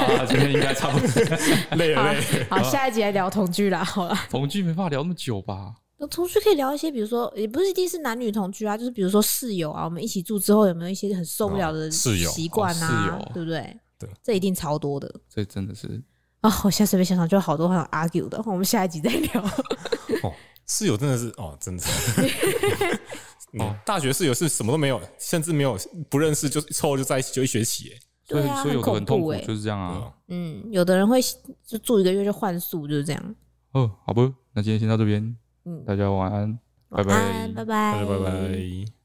[SPEAKER 2] 好啦，今天应该差不多， <laughs>
[SPEAKER 3] 累了累了，
[SPEAKER 4] <laughs> 好，下一集来聊同居啦。好了，
[SPEAKER 2] 同居没办法聊那么久吧？
[SPEAKER 1] 那同居可以聊一些，比如说也不是一定是男女同居啊，就是比如说室友啊，我们一起住之后有没有一些很受不了的
[SPEAKER 3] 哦室友
[SPEAKER 1] 习惯
[SPEAKER 2] 哦
[SPEAKER 1] 啊
[SPEAKER 2] 室，友
[SPEAKER 1] 对不对？
[SPEAKER 3] 对，
[SPEAKER 1] 这一定超多的
[SPEAKER 2] 这真的是
[SPEAKER 1] 啊！我现在随便想想就好多很有 argue 的，我们下一集再聊。
[SPEAKER 3] 室友真的是哦，真的是。哦，大学室友是什么都没有，甚至没有不认识，就凑就在一起就一学期耶。
[SPEAKER 2] 所以
[SPEAKER 1] 对啊
[SPEAKER 2] 所以有的
[SPEAKER 1] 很恐
[SPEAKER 2] 很痛
[SPEAKER 1] 怖
[SPEAKER 2] 苦
[SPEAKER 1] 欸，
[SPEAKER 2] 就是这样
[SPEAKER 3] 对
[SPEAKER 2] 啊
[SPEAKER 3] 啊。
[SPEAKER 1] 嗯，有的人会就住一个月就换宿，就是这样。
[SPEAKER 2] 哦，好不，那今天先到这边，
[SPEAKER 1] 嗯
[SPEAKER 2] 大家晚安，拜
[SPEAKER 1] 晚安，拜拜，
[SPEAKER 3] 大家拜拜。